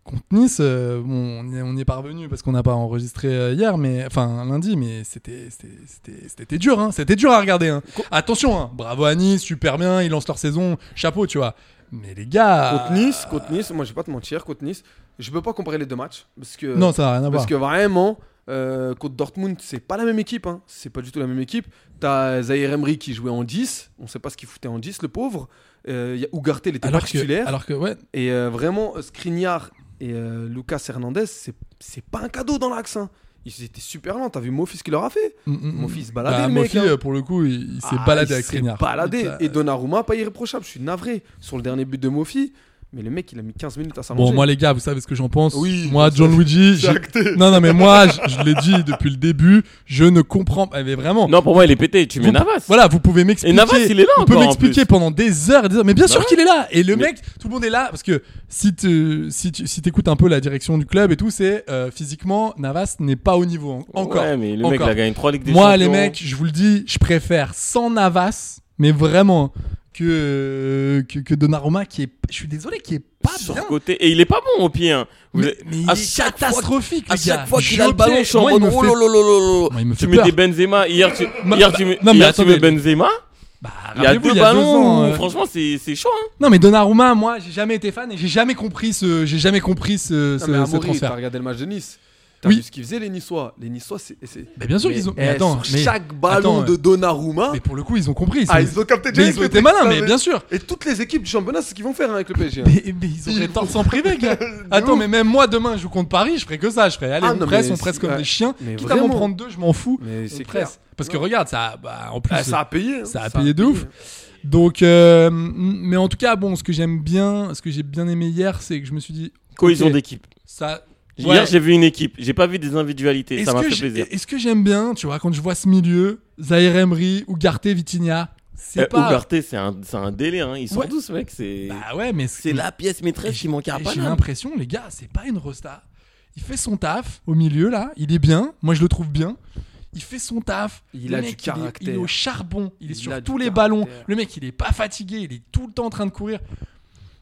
Contre Nice, euh, bon, on, y est, on y est parvenu parce qu'on n'a pas enregistré euh, hier, mais enfin lundi, mais c'était c'était- c'était c'était dur, hein. c'était dur à regarder. Hein. Attention, hein. bravo à Nice, super bien, ils lancent leur saison, chapeau, tu vois. Mais les gars, Contre Nice, contre Nice, moi je vais pas te mentir, contre Nice, je peux pas comparer les deux matchs parce que non, ça n'a rien à voir. euh, parce que vraiment euh, contre Dortmund, c'est pas la même équipe hein. c'est pas du tout la même équipe. T'as Zaire Emery qui jouait en 10, on sait pas ce qu'il foutait en 10 le pauvre. Euh, y a Ugarte, il était alors pas que, titulaire alors que ouais, et euh, vraiment euh, Skriniar et euh, Lucas Hernandez, c'est c'est pas un cadeau dans l'axe. hein. Ils étaient super lents, t'as vu Mofis ce qu'il leur a fait mm, mon Mofi se baladait, le mec, Mofi, hein. euh, pour le coup, il, il s'est Ah, baladé il avec s'est Skriniar. baladé. Donc, euh, et Donnarumma pas irréprochable, je suis navré sur le dernier but de Mofi, mais le mec il a mis 15 minutes à s'arranger. Bon, moi les gars, vous savez ce que j'en pense. Oui, moi, c'est- Gianluigi, c'est je- acté. non, non, mais moi, je, je l'ai dit depuis le début, je ne comprends pas. Eh, Mais vraiment. Non, pour moi, il est pété. Tu mets Vous- Navas. Voilà, vous pouvez m'expliquer. Et Navas, il est là On peut encore, en m'expliquer plus. Bah pendant des heures et des heures. Mais bien sûr ouais. qu'il est là. Et le Mais- mec, tout le monde est là. Parce que si tu si tu- si t'écoutes un peu la direction du club et tout, c'est euh, physiquement, Navas n'est pas au niveau. en- Encore. Ouais, mais le mec, Encore. il a gagné 3 Ligues des Moi, Champions. les mecs, je vous le dis, je préfère sans Navas, mais vraiment, que, que, que Donnarumma, qui est, je suis désolé, qui est pas bien. Surcoté. Ah, Et il est pas bon au pied. hein. Vous Mais, êtes- mais il à est chaque fois- catastrophique, À les gars. chaque fois qu'il Je a le ballon, je suis en moi, il mode me oh fait- là là là là là. Moi, il me fait Tu mets peur. des Benzema. Hier, tu, Ma- hier, tu mets, non, mais hier, tu mets attendez. Benzema. Bah, Il y a rappelez-vous, deux deux ans, ballons. euh, Franchement, c'est c'est chaud. hein. Non, mais Donnarumma, moi, j'ai jamais été fan et j'ai jamais compris ce, j'ai jamais compris ce, Non, ce- mais ce Amaury, t'as transfert. regardé le match de Nice. T'as Oui. vu ce qu'ils faisaient les Niçois. Les Niçois, c'est. c'est- Mais bien sûr Mais, qu'ils ont. eh, Mais attends, sur mais- chaque ballon attends, de Donnarumma, Mais pour le coup, ils ont compris. ah, ils ont capté mais déjà, ils ont ont été malins, mais bien sûr. Et toutes les équipes du championnat, c'est ce qu'ils vont faire hein, avec le PSG. hein. Mais, mais ils auraient tort de s'en priver, (laughs) gars. Attends, mais même moi, demain, je joue contre Paris, je ferais que ça. Je ferais, allez, Ah, on non, presse, mais on presse si, comme ouais. des chiens. Mais Quitte à m'en vraiment. prendre deux, je m'en fous. Mais on c'est presse. clair. Parce que Non. regarde, ça, bah, en plus, Ah, ça a payé. hein. ça a payé de ouf. Donc, euh, mais en tout cas, bon, ce que j'aime bien, ce que j'ai bien aimé hier, c'est que je me suis dit, cohésion Ok. d'équipe. Ça. Hier, Ouais. j'ai vu une équipe. J'ai pas vu des individualités. Est-ce Ça m'a que fait j'ai- plaisir. Est-ce que j'aime bien, tu vois, quand je vois ce milieu, Zaire Emery, Ugarte, Vitinha, c'est Eh, pas. Ugarte, c'est un, c'est un délire. hein. Ils sont Ouais. tous, mec. C'est Bah ouais, mais c'est la pièce maîtresse qui manque à Et pas. J'ai l'impression, les gars, c'est pas une resta. Il fait son taf au milieu là, il est bien. Moi, je le trouve bien. Il fait son taf. Il Le a mec, du caractère. Il est, il est au charbon. Il est Il sur a du tous les caractère. ballons. Le mec, il est pas fatigué. Il est tout le temps en train de courir.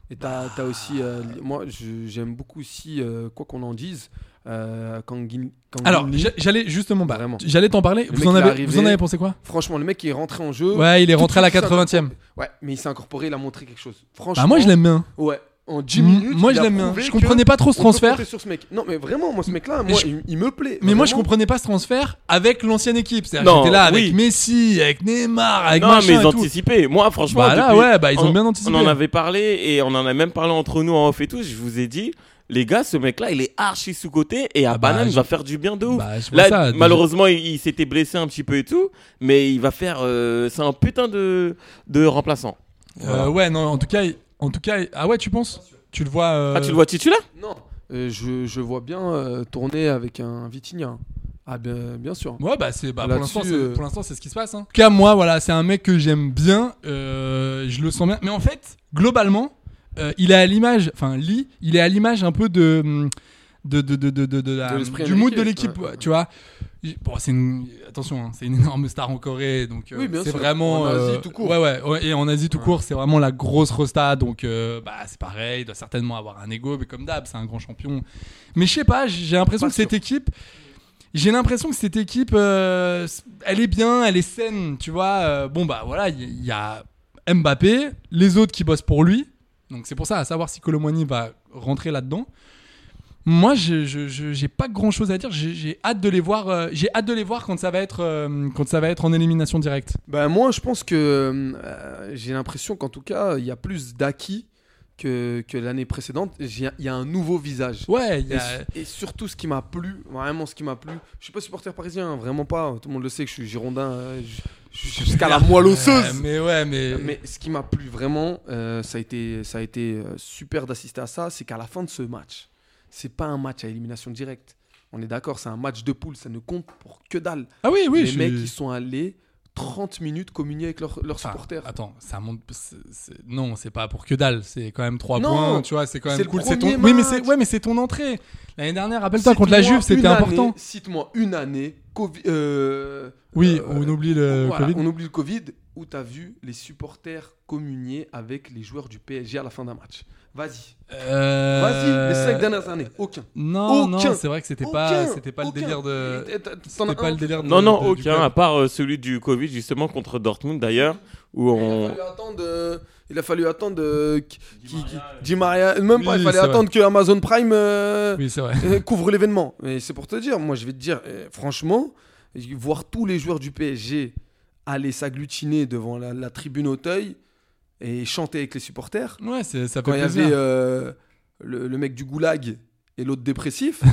Et t'as t'as aussi, euh, li- moi je- j'aime beaucoup aussi, euh, quoi qu'on en dise, euh, Kangin. Kangin Alors, Lee. j'a- j'allez justement, bah, Vraiment. j'allais t'en parler. mec, Vous en, il est avez, arrivé. vous en avez pensé quoi franchement, le mec qui est rentré en jeu. Ouais, il est tout de rentré à la suite, ça 80e. Ouais, mais il s'est incorporé, il a montré quelque chose. Franchement. Bah, moi, je l'aime bien. Ouais, en 10 M- minutes. moi, il je a l'aime bien. prouvé Je que comprenais pas trop on ce peut transfert. compter sur ce mec. Non, mais vraiment, moi, ce mec-là, moi, je- il, il me plaît. Mais moi, je Vraiment. comprenais pas ce transfert avec l'ancienne équipe. C'est-à-dire, Non, j'étais là avec oui. Messi, avec Neymar, avec Non, machin mais ils et tout. anticipaient. Moi, franchement, Bah là, depuis- ouais, bah, ils ont on- bien anticipé. On en avait parlé et on en a même parlé entre nous en off et tout. Je vous ai dit, les gars, ce mec-là, il est archi sous côté et à Ah bah, Banane je- va faire du bien de ouf. Bah, c'est pour Là, ça, déjà- malheureusement, il, il s'était blessé un petit peu et tout, mais il va faire. euh, c'est un putain de de remplaçant. Euh, ouais, non, en tout cas, en tout cas, ah ouais, tu penses Tu le vois euh, Ah, tu le vois titulaire Non, euh, je, je vois bien euh, tourner avec un Vitinha. Ah, bien, bien sûr. Ouais, bah c'est bah, pour Là-dessus, l'instant, c'est- euh, pour l'instant, c'est ce qui se passe. hein. En tout cas, moi, voilà, c'est un mec que j'aime bien, euh, je le sens bien. Mais en fait, globalement, euh, il est à l'image, enfin, Lee, il est à l'image un peu de hum, de, de, de, de, de- de la- De l'esprit du mood américain, de l'équipe, ouais. ouais, tu vois. Bon, c'est une... attention, hein, c'est une énorme star en Corée, donc euh, Oui, bien c'est sûr. vraiment. En Asie, euh, tout court. Ouais, ouais, ouais, et en Asie tout court, c'est vraiment la grosse resta, donc euh, bah c'est pareil, il doit certainement avoir un ego, mais comme d'hab, c'est un grand champion. Mais je sais pas, j'ai l'impression que cette équipe, j'ai l'impression que cette équipe, euh, elle est bien, elle est saine, tu vois. Euh, bon, bah voilà, il y, il y a Mbappé, les autres qui bossent pour lui. Donc c'est pour ça, à savoir si Colomani va rentrer là-dedans. Moi, je je- je- j'ai pas grand chose à dire. J'ai j'ai hâte de les voir. euh, j'ai hâte de les voir quand ça va être euh, quand ça va être en élimination directe. Bah, moi, je pense que euh, j'ai l'impression qu'en tout cas, il y a plus d'acquis que, que l'année précédente. J'ai- Il y a un nouveau visage. Ouais, il y Et, a- et surtout, ce qui m'a plu, vraiment ce qui m'a plu, je suis pas supporter parisien, hein, vraiment pas. Tout le monde le sait que je suis girondin euh, je- je suis jusqu'à la moelle Euh, osseuse. mais ouais, mais, Mais ce qui m'a plu vraiment, euh, ça a été, ça a été euh, super d'assister à ça, c'est qu'à la fin de ce match, c'est pas un match à élimination directe. On est d'accord, c'est un match de poule, ça ne compte pour que dalle. ah oui, oui, Les je- mecs, ils sont allés 30 minutes communier avec leurs leurs Enfin, supporters. Ah, Attends, ça monte. c'est- c'est- Non, c'est pas pour que dalle. C'est quand même 3 Non, points. Tu vois, c'est quand même c'est le cool. C'est ton... premier Oui, mais match. c'est ouais, mais c'est ton entrée. L'année dernière, rappelle-toi contre la Cite-moi Juve, c'était une année- important. Cite-moi une année, Covid- euh, Oui, euh, on oublie le Voilà, Covid. On oublie le Covid où tu as vu les supporters communier avec les joueurs du PSG à la fin d'un match. Vas-y. Euh, Vas-y, les cinq dernières années, aucun. Non, Aucun. non, c'est vrai que c'était pas, Aucun. c'était pas le Aucun. délire de. Et t'as- t'en as C'était pas un. le délire de. Non, non, de- du aucun. club. À part euh, celui du Covid justement contre Dortmund d'ailleurs, où Il a on. fallu attendre, euh, il a fallu attendre euh, qui- qui- Di Maria, même pas, Oui, il fallait c'est vrai. attendre que Amazon Prime euh, Oui, c'est vrai. euh, couvre l'événement. Mais c'est pour te dire, moi je vais te dire, euh, franchement, voir tous les joueurs du PSG aller s'agglutiner devant la, la tribune Auteuil et chanter avec les supporters, Ouais, c'est- ça quand fait il y plaisir. avait euh, le, le mec du goulag et l'autre (laughs) dépressif,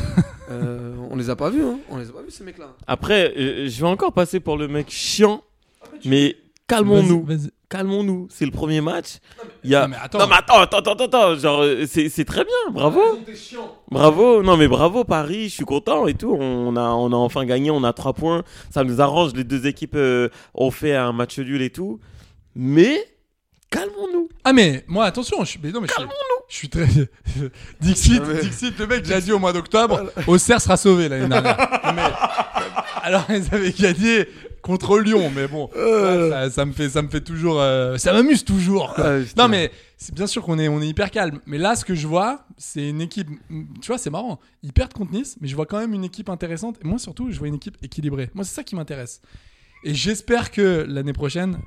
euh, on les a pas vus, hein. on les a pas vus ces mecs-là. Après, euh, je vais encore passer pour le mec chiant, mais calmons-nous. Vas-y, vas-y. Calmons-nous. C'est le premier match. Ah. Il y a. Non, mais attends. Non, mais attends, attends, attends, attends. Genre, euh, c'est c'est très bien. Bravo. Bravo, non mais bravo Paris, je suis content et tout. On a, on a enfin gagné, on a trois points. Ça nous arrange, les deux équipes euh, ont fait un match nul et tout. Mais calmons-nous. Ah mais moi attention, je suis, mais non, mais je suis- je suis très (laughs) Dixit, Ah, mais- Dixit, le mec l'a dit au (laughs) mois d'octobre, Auxerre sera sauvé l'année dernière. Non, mais- alors ils avaient gagné contre Lyon, mais bon, ça, ça me fait, ça me fait toujours, euh, ça m'amuse toujours. quoi. Euh. Ah, putain. non mais c'est bien sûr qu'on est, on est hyper calme, mais là ce que je vois, c'est une équipe, tu vois, c'est marrant, ils perdent contre Nice, mais je vois quand même une équipe intéressante. Et moi surtout, je vois une équipe équilibrée. Moi c'est ça qui m'intéresse. Et j'espère que l'année prochaine. Putain.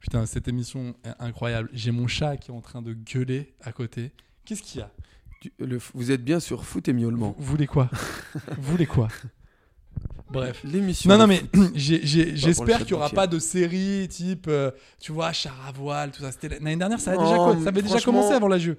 Putain, cette émission est incroyable. J'ai mon chat qui est en train de gueuler à côté. Qu'est-ce qu'il y a (laughs) Tu- le- vous êtes bien sur foot et miaulement. Vous voulez quoi Vous voulez quoi Bref. L'émission. Non, non, de mais foot. j'ai- j'ai- pour le j'espère chat qu'il n'y aura entier. pas de série type, euh, tu vois, char à voile, tout ça. C'était la- L'année dernière, ça, a Non, déjà, co- mais ça avait déjà franchement- commencé avant la jeu.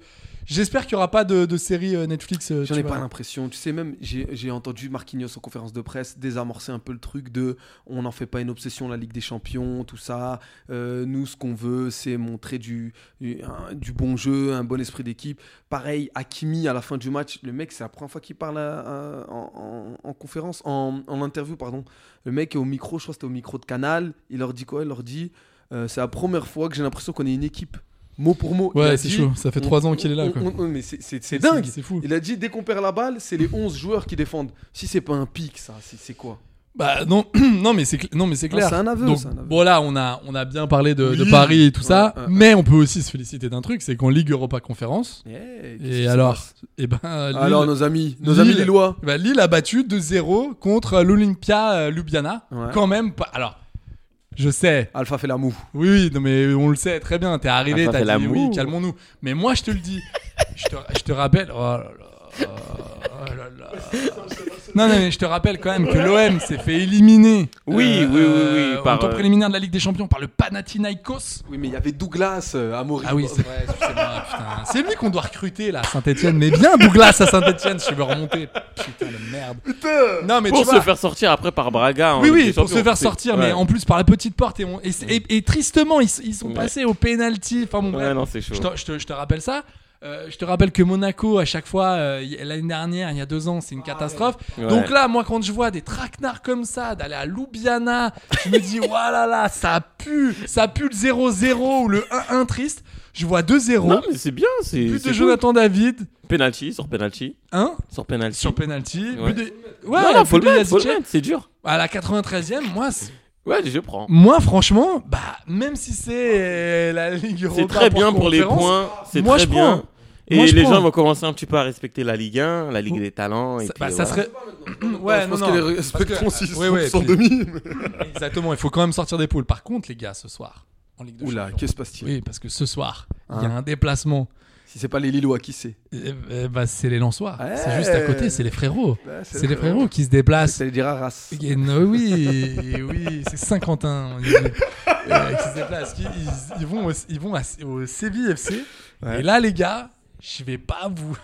J'espère qu'il n'y aura pas de, de série euh, Netflix. euh, J'en tu ai vois. pas l'impression. Tu sais, même, j'ai j'ai entendu Marquinhos en conférence de presse désamorcer un peu le truc de on n'en fait pas une obsession, la Ligue des Champions, tout ça. Euh, nous, ce qu'on veut, c'est montrer du, du, un- du bon jeu, un bon esprit d'équipe. Pareil, Hakimi, à la fin du match, le mec, c'est la première fois qu'il parle à- à- en, en- en conférence, en, en interview, pardon. Le mec est au micro, je crois que c'était au micro de Canal. Il leur dit quoi Il leur dit euh, c'est la première fois que j'ai l'impression qu'on est une équipe. Mot pour mot. Il a Ouais, c'est dit, chaud. Ça fait on- trois ans qu'il est là, on- quoi. on- on- mais c'est- c'est c'est C'est- dingue. C'est fou. (laughs) Il a dit dès qu'on perd la balle, c'est les 11 joueurs qui défendent. Si c'est pas un pic, ça, c'est c'est quoi Bah non, (clears throat) non mais c'est cl- non mais c'est Non, clair. c'est un aveu, Donc, c'est un aveu. bon là on a on a bien parlé de, de Oui. Paris et tout Ouais, ça, ouais, ouais. mais on peut aussi se féliciter d'un truc, c'est qu'en Ligue Europa Conférence, Eh, qu'est-ce qui et se alors, passe et ben Lille, Alors, nos amis, nos amis Lille. lillois. bah, Lille a battu 2-0 contre euh, l'Olympia euh, Ljubljana, Ouais. quand même pas. Alors je sais, Alpha fait la moue. oui oui, non mais on le sait très bien. T'es arrivé, Ah, ça fait t'as dit l'amour. oui, calmons-nous. Mais moi je te le dis, je te je te rappelle. Oh là là. oh là là. Non, non, mais je te rappelle quand même que l'OM s'est fait éliminer. Oui, oui, oui, oui, euh, par, au tour euh, préliminaire de la Ligue des Champions par le Panathinaikos. Oui, mais il y avait Douglas, euh, Amaury. Ah oui, c'est vrai, excusez-moi, (laughs) putain. C'est lui qu'on doit recruter là, à Saint-Etienne. Mais bien Douglas à Saint-Etienne, je veux remonter. Putain de merde. non, mais Pour tu se vois, faire sortir après par Braga. en oui, Ligue oui, des pour se Champions, faire c'est- sortir, ouais. mais en plus par la petite porte. Et, on- et, c'est- et- et tristement, ils, ils sont Ouais. passés au penalty. Enfin, bon, bref. Ouais, non, c'est chaud. Je te, je te- je te rappelle ça. Euh, je te rappelle que Monaco, à chaque fois, euh, y- l'année dernière, il y a deux ans, c'est une catastrophe. Ah, ouais. Donc là, moi, quand je vois des traquenards comme ça, d'aller à Ljubljana, je me dis, (laughs) voilà là là, ça pue, ça pue le 0-0 ou le 1-1 triste. Je vois 2-0, Non, mais c'est bien. C'est oh. but c'est de cool. Jonathan David, Penalty, sur penalty. 1 Sur penalty. sur penalty, Ouais. but de. non, non, but faut le de mettre, faut le Yazidchev. mettre, c'est dur. À la 93e, moi, c'est- Ouais, je prends. moi, franchement, bah, même si c'est euh, la Ligue Europa, C'est très bien pour les conférence, points, c'est moi, très je bien. prends. Et Moi, je les prends. gens vont commencer un petit peu à respecter la Ligue 1, la Ligue des talents. Et Ça, puis, bah, euh, ça voilà. serait. (clears throat) ouais, je non, pense non. qu'elle est Parce que- respecteront s'ils Ouais, sont- ouais, sont puis- demi. (laughs) Exactement, il faut quand même sortir des poules. Par contre, les gars, ce soir, en Ligue 2. Oula, qu'est-ce qui se passe-t-il Oui, parce que ce soir, il y a Hein. un déplacement. Si c'est pas les Lillois, qui c'est Eh, eh, bah, c'est les Lensois. Ouais. C'est juste à côté, c'est les frérots. Bah, c'est C'est les les frérots frérots. qui se déplacent. C'est les Diraras. Eh, non, Oui, oui, c'est Saint-Quentin. on dit. Euh, qui se déplacent. qui- ils, ils vont au, ils vont à- au Séville FC. Ouais. Et là, les gars, je vais pas vous.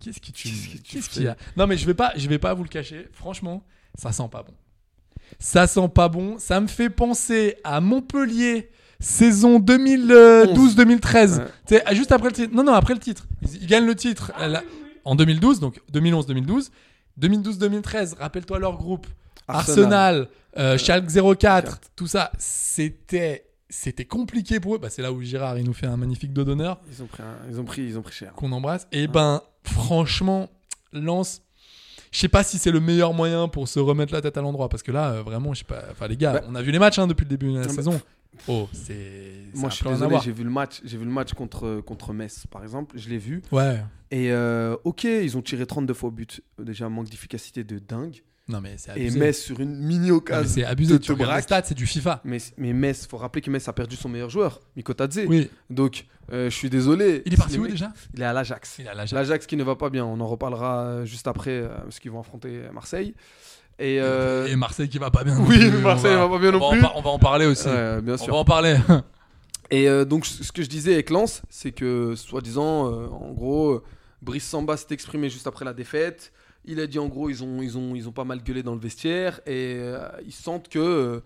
Qu'est-ce que tu Qu'est-ce que tu Qu'est-ce qu'il y a Non, mais je vais pas, je vais pas vous le cacher. Franchement, ça sent pas bon. Ça sent pas bon. Ça me fait penser à Montpellier, saison 2012-2013. Ouais. Tu sais, Juste après le titre. Non, non, après le titre. Ils, ils gagnent le titre euh, là, en 2012, donc 2011-2012. 2012-2013, rappelle-toi leur groupe. Arsenal, euh, Schalke 04, tout ça, c'était c'était compliqué pour eux. Bah, c'est là où Gérard il nous fait un magnifique dos d'honneur Ils ont pris, un- ils ont pris, ils ont pris cher. qu'on embrasse. Et ben, franchement, Lance, je sais pas si c'est le meilleur moyen pour se remettre la tête à l'endroit parce que là, euh, vraiment, je sais pas. Enfin, les gars, Bah. on a vu les matchs hein, depuis le début de la bah, saison. Oh, c'est. ça Moi, a je suis plus rien à désolé, voir. j'ai vu le match, j'ai vu le match contre contre Metz, par exemple, je l'ai vu. Ouais. Et euh, ok, ils ont tiré 32 fois au but. Déjà, un manque d'efficacité de dingue. Non, mais c'est Et abusé. Metz sur une mini Non, mais occasion. c'est de abusé. Tu te regardes les braque. stats, c'est du FIFA. Mais, mais Metz, faut rappeler que Metz a perdu son meilleur joueur, Mikotadze. Oui. Donc, euh, je suis désolé. Il est parti Le où mec- déjà Il est à l'Ajax. Il a l'âge. L'Ajax qui ne va pas bien. On en reparlera euh, juste après, euh, parce qu'ils vont affronter euh, Marseille. Et, euh, Et Marseille qui va pas bien. non (laughs) oui, plus, mais on Marseille va- va pas bien on non va en plus. par- On va en parler aussi. Ouais, bien On sûr. va en parler. (laughs) Et euh, donc, ce que je disais avec Lens, c'est que, soi-disant, euh, en gros, euh, Brice Samba s'est exprimé juste après la défaite. Il a dit, en gros, ils ont, ils ont, ils ont pas mal gueulé dans le vestiaire et euh, ils sentent que euh,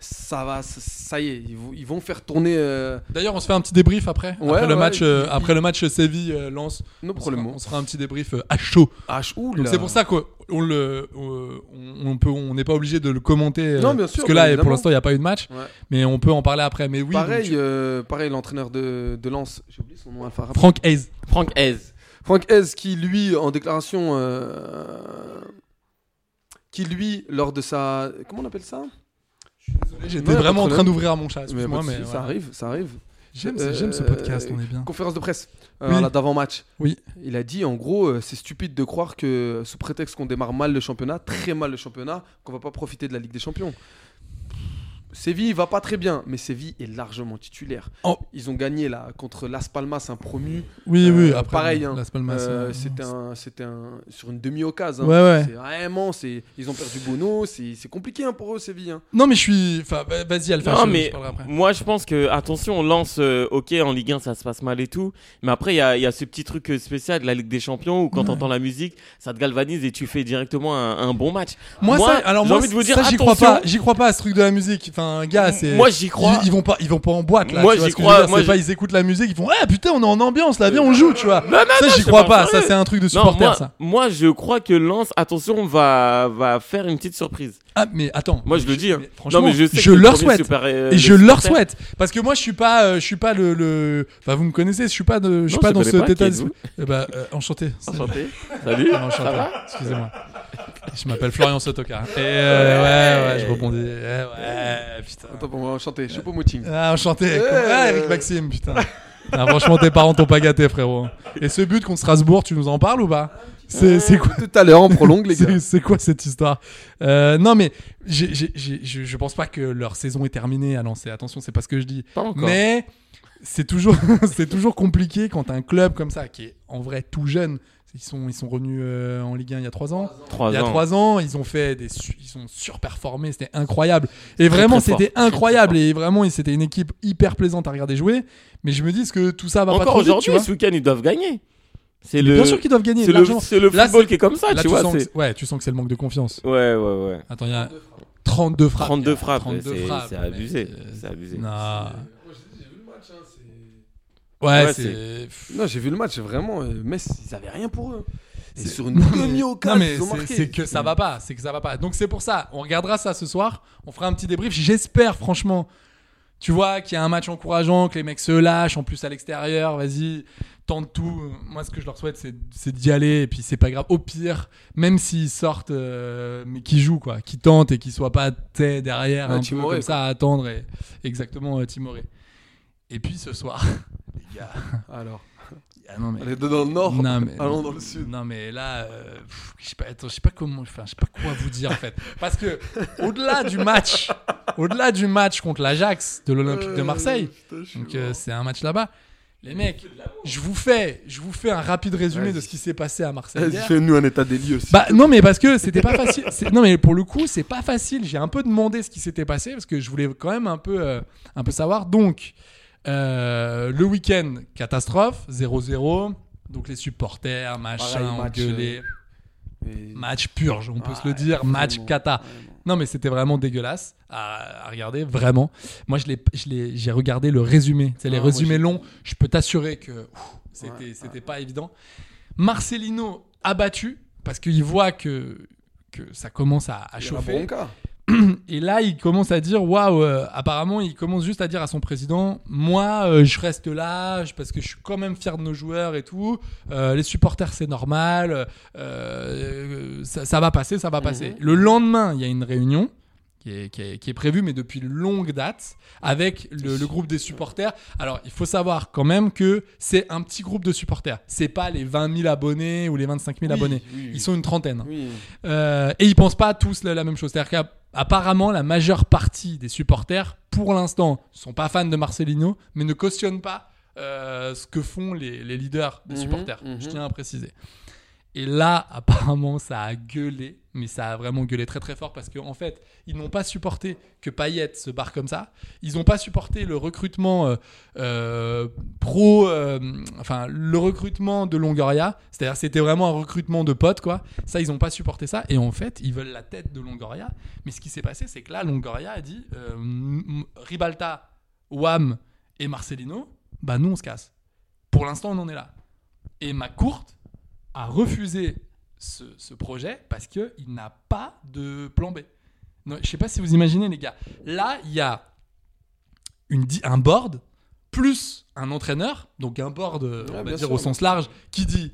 ça va, ça- ça y est, ils, vont- ils vont faire tourner euh, D'ailleurs, on se fait un petit débrief après. Ouais, après, le ouais, match, euh, il- après le match Séville euh, Lens, nos on se, fera, problèmes. on se fera un petit débrief euh, à chaud. Ah, ouh Donc là. c'est pour ça qu'on on le, on- on peut, on n'est pas obligé de le commenter. euh, Non, bien sûr, Parce que bien là, évidemment. pour l'instant, il n'y a pas eu de match, Ouais. mais on peut en parler après. Mais oui, pareil, donc tu- euh, pareil, l'entraîneur de, de Lens, j'ai oublié son nom, Alpha Rap- Franck Hayes. Franck Hez. Franck Hez, qui lui, en déclaration, euh, qui lui, lors de sa, comment on appelle ça J'étais Ouais, pas vraiment en de train problème. d'ouvrir mon chat. Mais Excuse-moi, pas de mais, souci, ça voilà. arrive, ça arrive. J'aime Euh, ce- j'aime ce podcast, on est bien. Conférence de presse euh, Oui. là, d'avant-match. Oui. Il a dit en gros, euh, c'est stupide de croire que sous prétexte qu'on démarre mal le championnat, très mal le championnat, qu'on va pas profiter de la Ligue des Champions. Séville va pas très bien, mais Séville est largement titulaire. Oh. Ils ont gagné là contre Las Palmas, un promu. Oui, oui, Euh, après. pareil, hein. Las Palmas, Euh, euh, c'était un, c'était un, sur une demi-occasion. hein. Ouais, ouais. C'est vraiment, c'est, ils ont perdu Bono, c'est, c'est compliqué hein, pour eux Séville. hein. Non, mais je suis. Enfin, bah, vas-y, Alpha. Non, je- je mais parlerai après. moi je pense que, attention, on lance, euh, ok, en Ligue 1 ça se passe mal et tout, mais après il y a, il y a ce petit truc euh, spécial de la Ligue des Champions où quand t'entends la musique, ça te galvanise et tu fais directement un, un bon match. Moi, ça, alors j'ai moi, envie de vous dire, ça, j'y crois attention, pas. J'y crois pas à ce truc de la musique. Enfin, gars, c'est. Moi, j'y crois. Ils, ils vont pas, ils vont pas en boîte là. Moi, tu vois j'y ce que je crois, veux dire, moi, c'est pas, j'y- ils écoutent la musique, ils font. Ah putain, on est en ambiance là. Viens, on joue, tu vois. ça, j'y c'est crois pas pas. Ça, sérieux. c'est un truc de Non, supporter, moi, ça. moi je crois que Lens, attention, va, va faire une petite surprise. Ah, mais attends. Moi je le dis. hein. Mais franchement, non, mais je, sais je que le leur premier souhaite. super, euh, et le je leur supporter- souhaite parce que moi je suis pas euh, je suis pas le, le- enfin vous me connaissez je suis pas de, je suis Non, pas je dans connais cet pas, état qui d'esprit. Eh ben, euh, enchanté C'est- Enchanté. Salut. Ah, enchanté. excusez-moi je m'appelle Florian Sotoka et euh, ouais ouais je rebondis Eh, ouais putain Attends, on va chanter. Chopo Moting. ah, enchanté comme- ah, Eric Maxime (laughs) putain Ah, franchement tes parents t'ont pas gâté frérot et ce but contre Strasbourg tu nous en parles ou pas c'est c'est quoi Tout à l'heure en prolongue Euh, les gars. (laughs) c'est- C'est quoi cette histoire Euh, Non, mais j'ai- j'ai- j'ai- je je pense pas que leur saison est terminée à lancer. Attention, c'est pas ce que je dis. Pas encore. Mais c'est toujours, (laughs) c'est toujours compliqué quand un club comme ça, qui est en vrai tout jeune, ils sont, ils sont revenus euh, en Ligue 1 il y a trois ans. Trois il y a ans. trois ans, ils ont fait des, su- ils ont surperformé, c'était incroyable. Et vraiment, très fort, c'était très, très incroyable. fort. et vraiment, et c'était une équipe hyper plaisante à regarder jouer. Mais je me dis est-ce que tout ça va pas Encore trop vite, tu aujourd'hui, vois. ce week-end, ils doivent gagner. C'est le. Bien sûr qu'ils doivent gagner. C'est le, largement. c'est le Là, football c'est- qui est comme ça, là, tu vois. sens que- c'est- ouais, tu sens que c'est le manque de confiance. Ouais, ouais, ouais. Attends, il y a 32 frappes. 32 Il y a frappes, 32 c'est- frappes, c'est mais, abusé, euh, c'est abusé. Non. hein, Ouais, Ouais, c'est- c'est. pff, Non, j'ai vu le match, vraiment, euh, Metz, ils avaient rien pour eux. Et C'est- sur une Non, demi-occasion, mais ils ont c'est- marqué. c'est que ça va pas, c'est que ça va pas. Donc c'est pour ça, on regardera ça ce soir, on fera un petit débrief. J'espère franchement, tu vois, qu'il y a un match encourageant, que les mecs se lâchent, en plus à l'extérieur, vas-y, tente tout. Moi ce que je leur souhaite c'est c'est d'y aller, et puis c'est pas grave. Au pire, même s'ils sortent, euh, mais qu'ils jouent quoi, qu'ils tentent et qu'ils soient pas tu sais, derrière Ouais, un peu Timoré, comme quoi. ça à attendre. Et, exactement, euh, Timoré. Et puis ce soir, (laughs) les gars, Alors, ah non, mais- allez dans le nord, Non, mais- allons dans le sud. non mais là, euh, pff, je sais pas, attends, je sais pas comment, enfin, je sais pas quoi vous dire en fait, parce que au-delà du match, au-delà du match contre l'Ajax de l'Olympique Euh, de Marseille, donc euh, c'est un match là-bas. Les mecs, je vous fais, je vous fais un rapide résumé de ce qui s'est passé à Marseille. Vas-y, hier. fais-nous un état des lieux. aussi. Bah non mais parce que c'était pas facile. C'est- Non mais pour le coup c'est pas facile. J'ai un peu demandé ce qui s'était passé parce que je voulais quand même un peu euh, un peu savoir. Donc euh, le week-end catastrophe 0-0. Donc les supporters machin Pareil, match, euh, engueulés. Et- Match purge, on peut Ouais, se le dire, match vraiment, cata. vraiment. Non, mais c'était vraiment dégueulasse à, à regarder, vraiment. Moi, je l'ai- je l'ai- j'ai regardé le résumé. C'est les Ah, moi, résumés j'ai- longs. Je peux t'assurer que ouf, c'était c'était pas évident. Marcelino abattu parce qu'il voit que, que ça commence à, à Il y a chauffer. Bronca. (clears throat) Et là, il commence à dire waouh, euh, apparemment, il commence juste à dire à son président Moi, euh, je reste là je- parce que je suis quand même fier de nos joueurs et tout. Euh, les supporters, c'est normal. Euh, euh, ça, ça va passer, Mhm. ça va passer. Le lendemain, il y a une réunion. Qui est, qui, est- qui est prévue, mais depuis longue date, avec le, le groupe des supporters. Alors, il faut savoir quand même que c'est un petit groupe de supporters. C'est pas les 20 000 abonnés ou les 25 000 abonnés. Ils sont une trentaine. Oui. Euh, et ils pensent pas tous la, la même chose. C'est-à-dire qu'apparemment, la majeure partie des supporters, pour l'instant, sont pas fans de Marcelino, mais ne cautionnent pas euh, ce que font les, les leaders des Mhm, supporters. mhm. Je tiens à préciser. Et là, (laughs) apparemment, ça a gueulé, mais ça a vraiment gueulé très très fort parce qu'en en fait, ils n'ont pas supporté que Payet se barre comme ça. Ils n'ont pas supporté le recrutement euh, euh, pro, euh, enfin le recrutement de Longoria. C'est-à-dire, c'était vraiment un recrutement de potes, quoi. Ça, ils n'ont pas supporté ça. Et en fait, ils veulent la tête de Longoria. Mais ce qui s'est passé, c'est que là, Longoria a dit euh, m- m- Ribalta, Wam et Marcelino, bah nous on se casse. Pour l'instant, on en est là. Et McCourt a refusé ce, ce projet parce que il n'a pas de plan B. Non, je sais pas si vous imaginez, les gars. Là, il y a une, di- un board plus un entraîneur, donc un board, euh, on Ouais, va Ah, bien dire sûr. au sens large, qui dit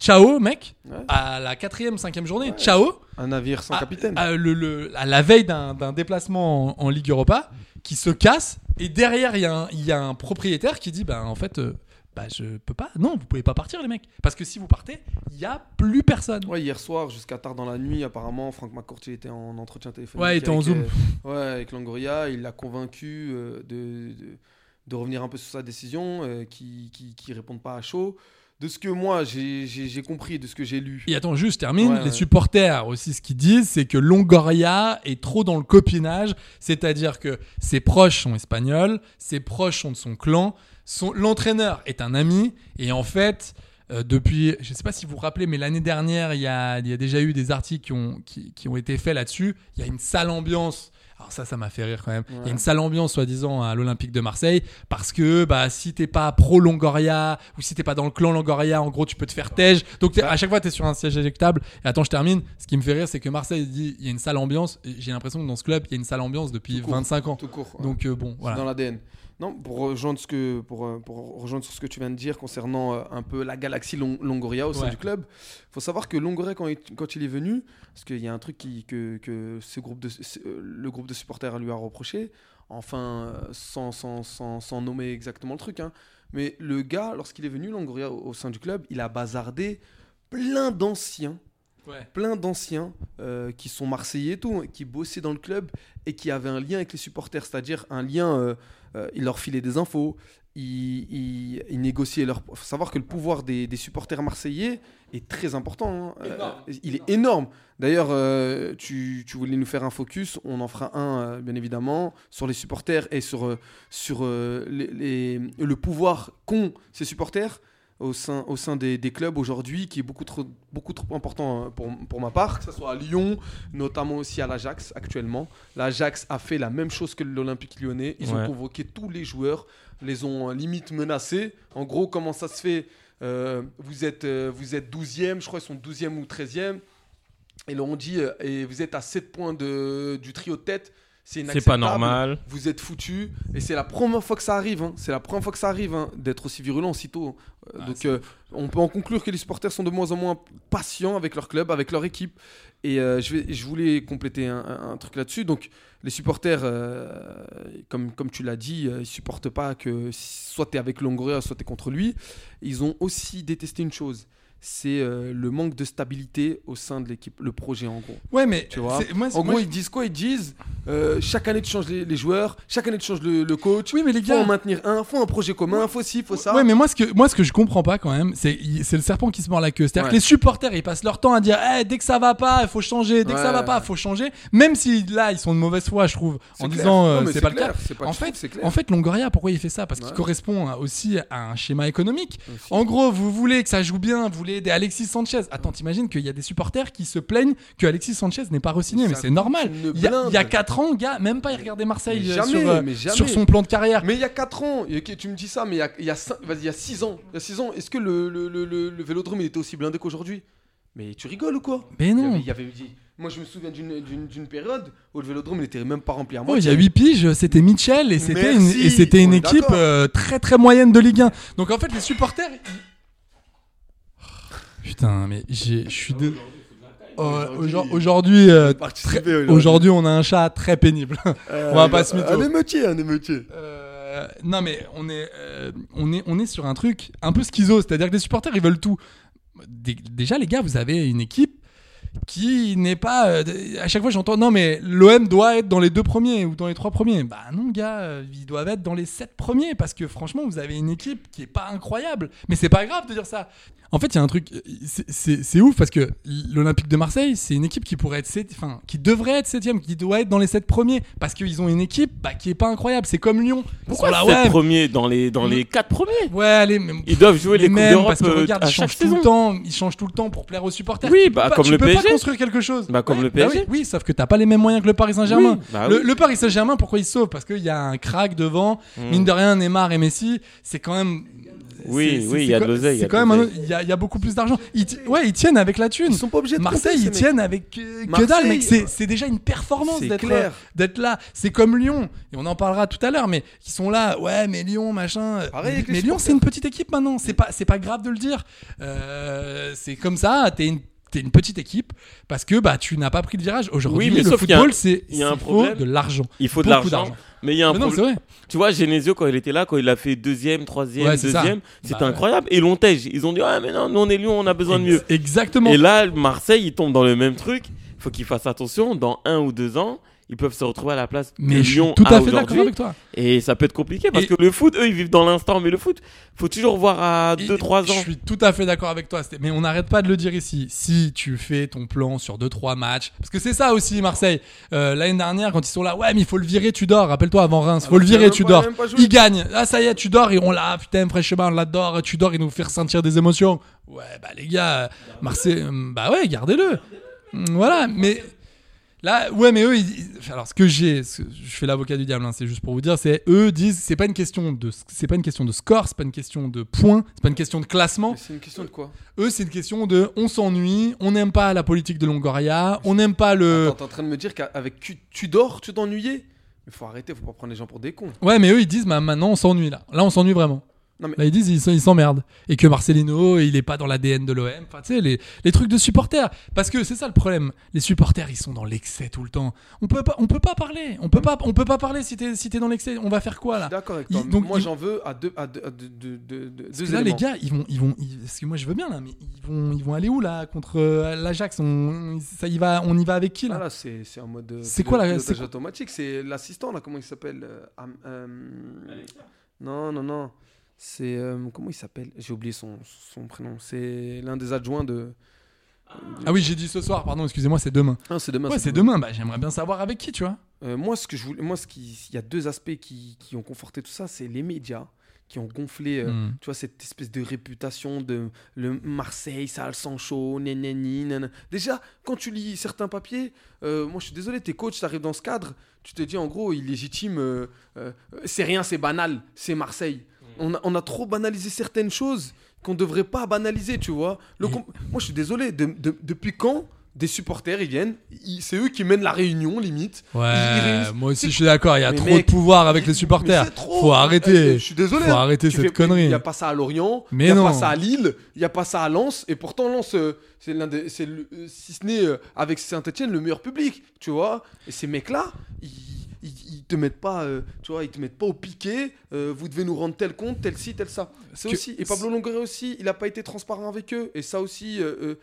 ciao, mec, Ouais. à la quatrième, cinquième journée, ciao. Un navire sans Ah, capitaine. à, le- le- à la veille d'un d'un déplacement en, en Ligue Europa qui se casse et derrière il y, a un- il y a un propriétaire qui dit bah en fait euh, bah, bah je peux pas. Non, vous pouvez pas partir, les mecs. Parce que si vous partez, il y a plus personne. Ouais, hier soir, jusqu'à tard dans la nuit, apparemment, Franck McCourty était en entretien téléphonique. Ouais, il était en avec, Zoom. euh, ouais, avec Longoria. Il l'a convaincu euh, de, de, de revenir un peu sur sa décision, euh, qui, qui, qui réponde pas à chaud. De ce que moi, j'ai- j'ai j'ai compris, de ce que j'ai lu. Et attends, juste termine. Ouais, les ouais. supporters aussi, ce qu'ils disent, c'est que Longoria est trop dans le copinage, c'est-à-dire que ses proches sont espagnols, ses proches sont de son clan, son l'entraîneur est un ami, et en fait. euh, depuis, je ne sais pas si vous vous rappelez, mais l'année dernière, il y, a, il y a déjà eu des articles qui ont, qui, qui ont été faits là-dessus. Il y a une sale ambiance. Alors ça, ça m'a fait rire quand même. Il y a une sale ambiance, soi-disant, à l'Olympique de Marseille, parce que bah, si t'es pas pro Longoria ou si t'es pas dans le clan Longoria, en gros, tu peux te faire tège. Donc t'es- à chaque fois, t'es sur un siège éjectable. Et attends, je termine. Ce qui me fait rire, c'est que Marseille dit il y a une sale ambiance. Et J'ai l'impression que dans ce club, il y a une sale ambiance depuis Tout court. 25 ans. Tout court. ouais. Donc euh, C'est bon, dans voilà. l'ADN. Non, pour rejoindre, ce que, pour, euh, pour rejoindre sur ce que tu viens de dire concernant euh, un peu la galaxie Long- Longoria au sein Ouais. du club, faut savoir que Longoria, quand il, quand il est venu, parce qu'il y a un truc qui, que, que ce groupe de, ce- euh, le groupe de supporters lui a reproché, enfin, euh, sans, sans, sans, sans nommer exactement le truc, hein, mais le gars, lorsqu'il est venu, Longoria, au, au sein du club, il a bazardé plein d'anciens Ouais. plein d'anciens euh, qui sont marseillais et tout, hein, qui bossaient dans le club et qui avaient un lien avec les supporters, c'est-à-dire un lien, euh, euh, il leur filait des infos, ils il, il négociait leur... faut savoir que le pouvoir des, des supporters marseillais est très important. hein. Euh, il est énorme. D'ailleurs, euh, tu, tu voulais nous faire un focus, on en fera un, euh, bien évidemment, sur les supporters et sur, euh, sur euh, les- les- le pouvoir qu'ont ces supporters au sein, au sein des, des clubs aujourd'hui qui est beaucoup trop, beaucoup trop important euh, pour, pour ma part, que ce soit à Lyon, notamment aussi à l'Ajax actuellement. L'Ajax a fait la même chose que l'Olympique lyonnais. Ils Ouais. ont convoqué tous les joueurs, les ont euh, limite menacés. En gros, comment ça se fait Euh, vous, êtes, euh, vous êtes 12e, je crois ils sont 12e ou 13e. Et là, on dit, euh, et vous êtes à 7 points de, du trio de tête. C'est C'est pas inacceptable normal. vous êtes foutu et c'est la première fois que ça arrive hein. c'est la première fois que ça arrive hein, d'être aussi virulent aussitôt Euh, donc euh, on peut en conclure que les supporters sont de moins en moins patients avec leur club avec leur équipe et euh, je, vais, je voulais compléter un, un- un truc là-dessus donc les supporters euh, comme, comme tu l'as dit euh, ils supportent pas que soit tu es avec Longoria soit tu es contre lui ils ont aussi détesté une chose c'est euh, le manque de stabilité au sein de l'équipe le projet en gros Ouais, mais tu vois. c'est- moi, c'est- en moi, gros, ils disent quoi Ils disent euh, chaque année tu changes les, les joueurs, chaque année tu changes le, le coach. Oui, mais les faut gars- en maintenir un, faut un projet commun, faut ci, faut ça. Ouais, mais moi ce que moi ce que je comprends pas quand même, c'est il- c'est le serpent qui se mord la queue. C'est-à-dire Ouais. que les supporters, ils passent leur temps à dire Eh, dès que ça va pas, il faut changer, dès que ça Ouais. va pas, il faut changer." Même si là, ils sont de mauvaise foi, je trouve, C'est en clair. disant euh, Non, mais c'est c'est pas clair, le c'est cas. pas en le truc, fait, c'est clair. en fait, Longoria, pourquoi il fait ça Parce qu'il Ouais. correspond à- aussi à un schéma économique. En gros, vous voulez que ça joue bien, vous voulez aider Alexis Sanchez. Attends, t'imagines qu'il y a des supporters qui se plaignent que Alexis Sanchez n'est pas re-signé, mais Ça c'est normal. coûte une Il y, a- il y a blinde. 4 ans, gars, même pas il regardait Marseille Mais euh, jamais, sur, euh, mais jamais. sur son plan de carrière. Mais il y a 4 ans, et ok, tu me dis ça, mais il y a- il y a 5 vas-y, il y a 6 ans, il y a six ans, est-ce que le, le- le- le- le vélodrome il était aussi blindé qu'aujourd'hui Mais tu rigoles ou quoi Mais Il y non. avait- il y avait- il y- Moi, je me souviens d'une- d'une d'une période où le vélodrome il était même pas rempli à Oh, il y moitié. a 8 piges, c'était Mitchell et c'était une, Ah, Merci, et c'était une on est équipe d'accord. euh, très très moyenne de Ligue 1. Donc en fait, les supporters. ils- Putain, mais j'ai- je suis. dé- Ah, Euh, aujourd- Aujourd'hui, euh, Participer, très- aujourd'hui. aujourd'hui, on a un chat très pénible. (laughs) on va pas se mytho. Euh, Un émeutier, un émeutier. Euh, non mais on est, euh, on est, on est sur un truc un peu schizo, c'est-à-dire que les supporters ils veulent tout. Dé- Déjà les gars, vous avez une équipe qui n'est pas. euh, de- à chaque fois j'entends non mais l'OM doit être dans les deux premiers ou dans les trois premiers. Bah non gars, euh, ils doivent être dans les sept premiers parce que franchement vous avez une équipe qui est pas incroyable. Mais c'est pas grave de dire ça. En fait il y a un truc, euh, c'est- c'est c'est ouf parce que l'Olympique de Marseille c'est une équipe qui pourrait être sept- enfin qui devrait être septième, qui doit être dans les sept premiers parce qu'ils ont une équipe bah, qui est pas incroyable. C'est comme Lyon. Ils sont Pourquoi là, sept ouais, premiers dans les dans les quatre premiers Ouais, allez, mais Ils doivent jouer mais les coupes même, d'Europe parce que euh, regarde, à ils chaque changent tout saison. le temps, ils changent tout le temps pour plaire aux supporters. Oui, Tu peux bah, pas- comme tu le peux PSG. pas construire quelque chose. Bah, comme Ouais, le bah oui, PSG. oui, sauf que t'as pas les mêmes moyens que le Paris Saint-Germain. Oui, bah le, oui. le Paris Saint-Germain, pourquoi il se sauve Parce qu'il y a un crack devant. Hmm. Mine de rien, Neymar et Messi, c'est quand même. Oui, c'est- oui, c'est- il y a c'est de quoi- l'oseille, il y a C'est de quand même. un autre- l'oseille. Il y, a- il y a beaucoup plus d'argent. Ils ti- ouais, ils tiennent avec la thune. Ils sont pas obligés de compter, Marseille, ils ces mecs. tiennent avec euh, que Marseille, dalle, mec. C'est- euh, C'est déjà une performance c'est d'être clair. d'être là. C'est comme Lyon, et on en parlera tout à l'heure, mais ils sont là, ouais, mais Lyon, machin. euh, Pareil mais avec les mais Lyon, supporters. c'est une petite équipe maintenant. C'est pas, c'est pas grave de le dire. Euh, c'est comme ça. T'es une t'es une petite équipe parce que bah tu n'as pas pris le virage. Aujourd'hui, Oui, mais le sauf qu'il y a un- football, c'est il y a un il faut problème. de l'argent. Il faut de Beaucoup l'argent. Mais il y a un Mais non, c'est problème. vrai. Tu vois, Genesio, quand il était là, quand il a fait deuxième, troisième, Ouais, c'est ça. deuxième, c'était Bah, ouais. incroyable. Et l'Ontège, ils ont dit, ah, mais non, nous on est Lyon, on a besoin de mieux. Ex- Exactement. Et là, Marseille, il tombe dans le même truc. faut qu'ils fassent attention. Dans un ou deux ans, ils peuvent se retrouver à la place mais que je suis Lyon tout a à fait d'accord aujourd'hui. avec toi. Et ça peut être compliqué parce Et- que le foot, eux, ils vivent dans l'instant. Mais le foot, faut toujours voir à Et 2-3 Je ans. suis tout à fait d'accord avec toi, Sté- mais on n'arrête pas de le dire ici. Si tu fais ton plan sur 2-3 matchs, parce que c'est ça aussi Marseille, Euh, l'année dernière quand ils sont là, ouais mais il faut le virer, tu dors, rappelle-toi avant Reims, faut Ah, le il a virer, même tu pas- dors. il a même pas joué. Il gagne, ah ça y est, tu dors et on l'a, ah, putain fraîchement, on l'adore, tu dors et nous fait ressentir des émotions. Ouais bah les gars, euh, Marseille, euh, bah ouais, gardez-le. Mm, Voilà, mais... Là, ouais, mais eux, ils- ils- alors ce que j'ai, ce- je fais l'avocat du diable, hein, c'est juste pour vous dire, c'est eux disent, c'est pas une question de, c'est pas une question de score, c'est pas une question de points, c'est pas une question de classement. C'est une question de quoi Eux, c'est une question de, on s'ennuie, on n'aime pas la politique de Longoria, on n'aime pas le. Attends, t'es en train de me dire qu'avec tu, tu dors, tu t'ennuyais Mais faut arrêter, faut pas prendre les gens pour des cons. Ouais, mais eux, ils disent, bah, maintenant, on s'ennuie là. Là, on s'ennuie vraiment. Non, mais- Là, ils disent, ils sont- ils s'emmerdent. Et que Marcelino, il est pas dans l'ADN de l'OM. Enfin, tu sais, les, les trucs de supporters. Parce que c'est ça le problème. Les supporters, ils sont dans l'excès tout le temps. On peut pas, on peut pas parler. On peut pas, on peut pas parler si t'es, si t'es dans l'excès. On va faire quoi Je là suis D'accord avec toi. Il- donc, Moi, il- j'en veux à deux, à deux, à deux, deux- deux- deux Parce que là, les éléments. gars, ils vont, ils vont, ils- parce que moi, je veux bien là, mais ils vont, ils vont aller où là contre euh, l'Ajax On, ça y va, on y va avec qui Ah, là là, c'est c'est en mode. euh, C'est pilo- quoi, là, pilotage c'est quoi automatique. C'est l'assistant, là, comment il s'appelle euh, Am- euh, Non, non, non. C'est. euh, comment il s'appelle J'ai oublié son, son prénom. C'est l'un des adjoints de. Ah oui, j'ai dit ce soir, pardon, excusez-moi, c'est demain. Ah, c'est demain. ouais, c'est demain. demain. Bah, j'aimerais bien savoir avec qui, tu vois. Euh, moi, ce que je voulais, moi, ce qui, il y a deux aspects qui, qui ont conforté tout ça, c'est les médias qui ont gonflé, euh, Mm. tu vois, cette espèce de réputation de le Marseille, ça a le sang chaud, nanani, nanana. Déjà, quand tu lis certains papiers, euh, moi, je suis désolé, tes coachs, t'arrives dans ce cadre, tu te dis, en gros, illégitime, euh, euh, euh, c'est rien, c'est banal, c'est Marseille. Mm. On a, on a trop banalisé certaines choses qu'on devrait pas banaliser, tu vois. Le Et- com- Moi, je suis désolé, de- de- depuis quand des supporters, ils viennent, ils- c'est eux qui mènent la réunion, limite. Ils- ils Ouais, réunissent- moi aussi C'est- je suis d'accord, il y a Mais trop mec, de pouvoir avec les mais supporters. c'est trop. Faut Euh, arrêter. je suis désolé. Faut arrêter cette Il connerie. n'y a pas ça à Lorient, il Mais n'y a non. pas ça à Lille, il n'y a pas ça à Lens. Et pourtant, Lens, euh, c'est l'un des. c'est le- euh, si ce n'est euh, avec Saint-Etienne, le meilleur public. Tu vois Et ces mecs-là, ils. Ils, ils te mettent pas, euh, tu vois, ils te mettent pas au piquet. euh, vous devez nous rendre tel compte, tel ci, tel ça. C'est Que- aussi. Et Pablo Longoria aussi, il a pas été transparent avec eux. Et ça aussi, euh, euh,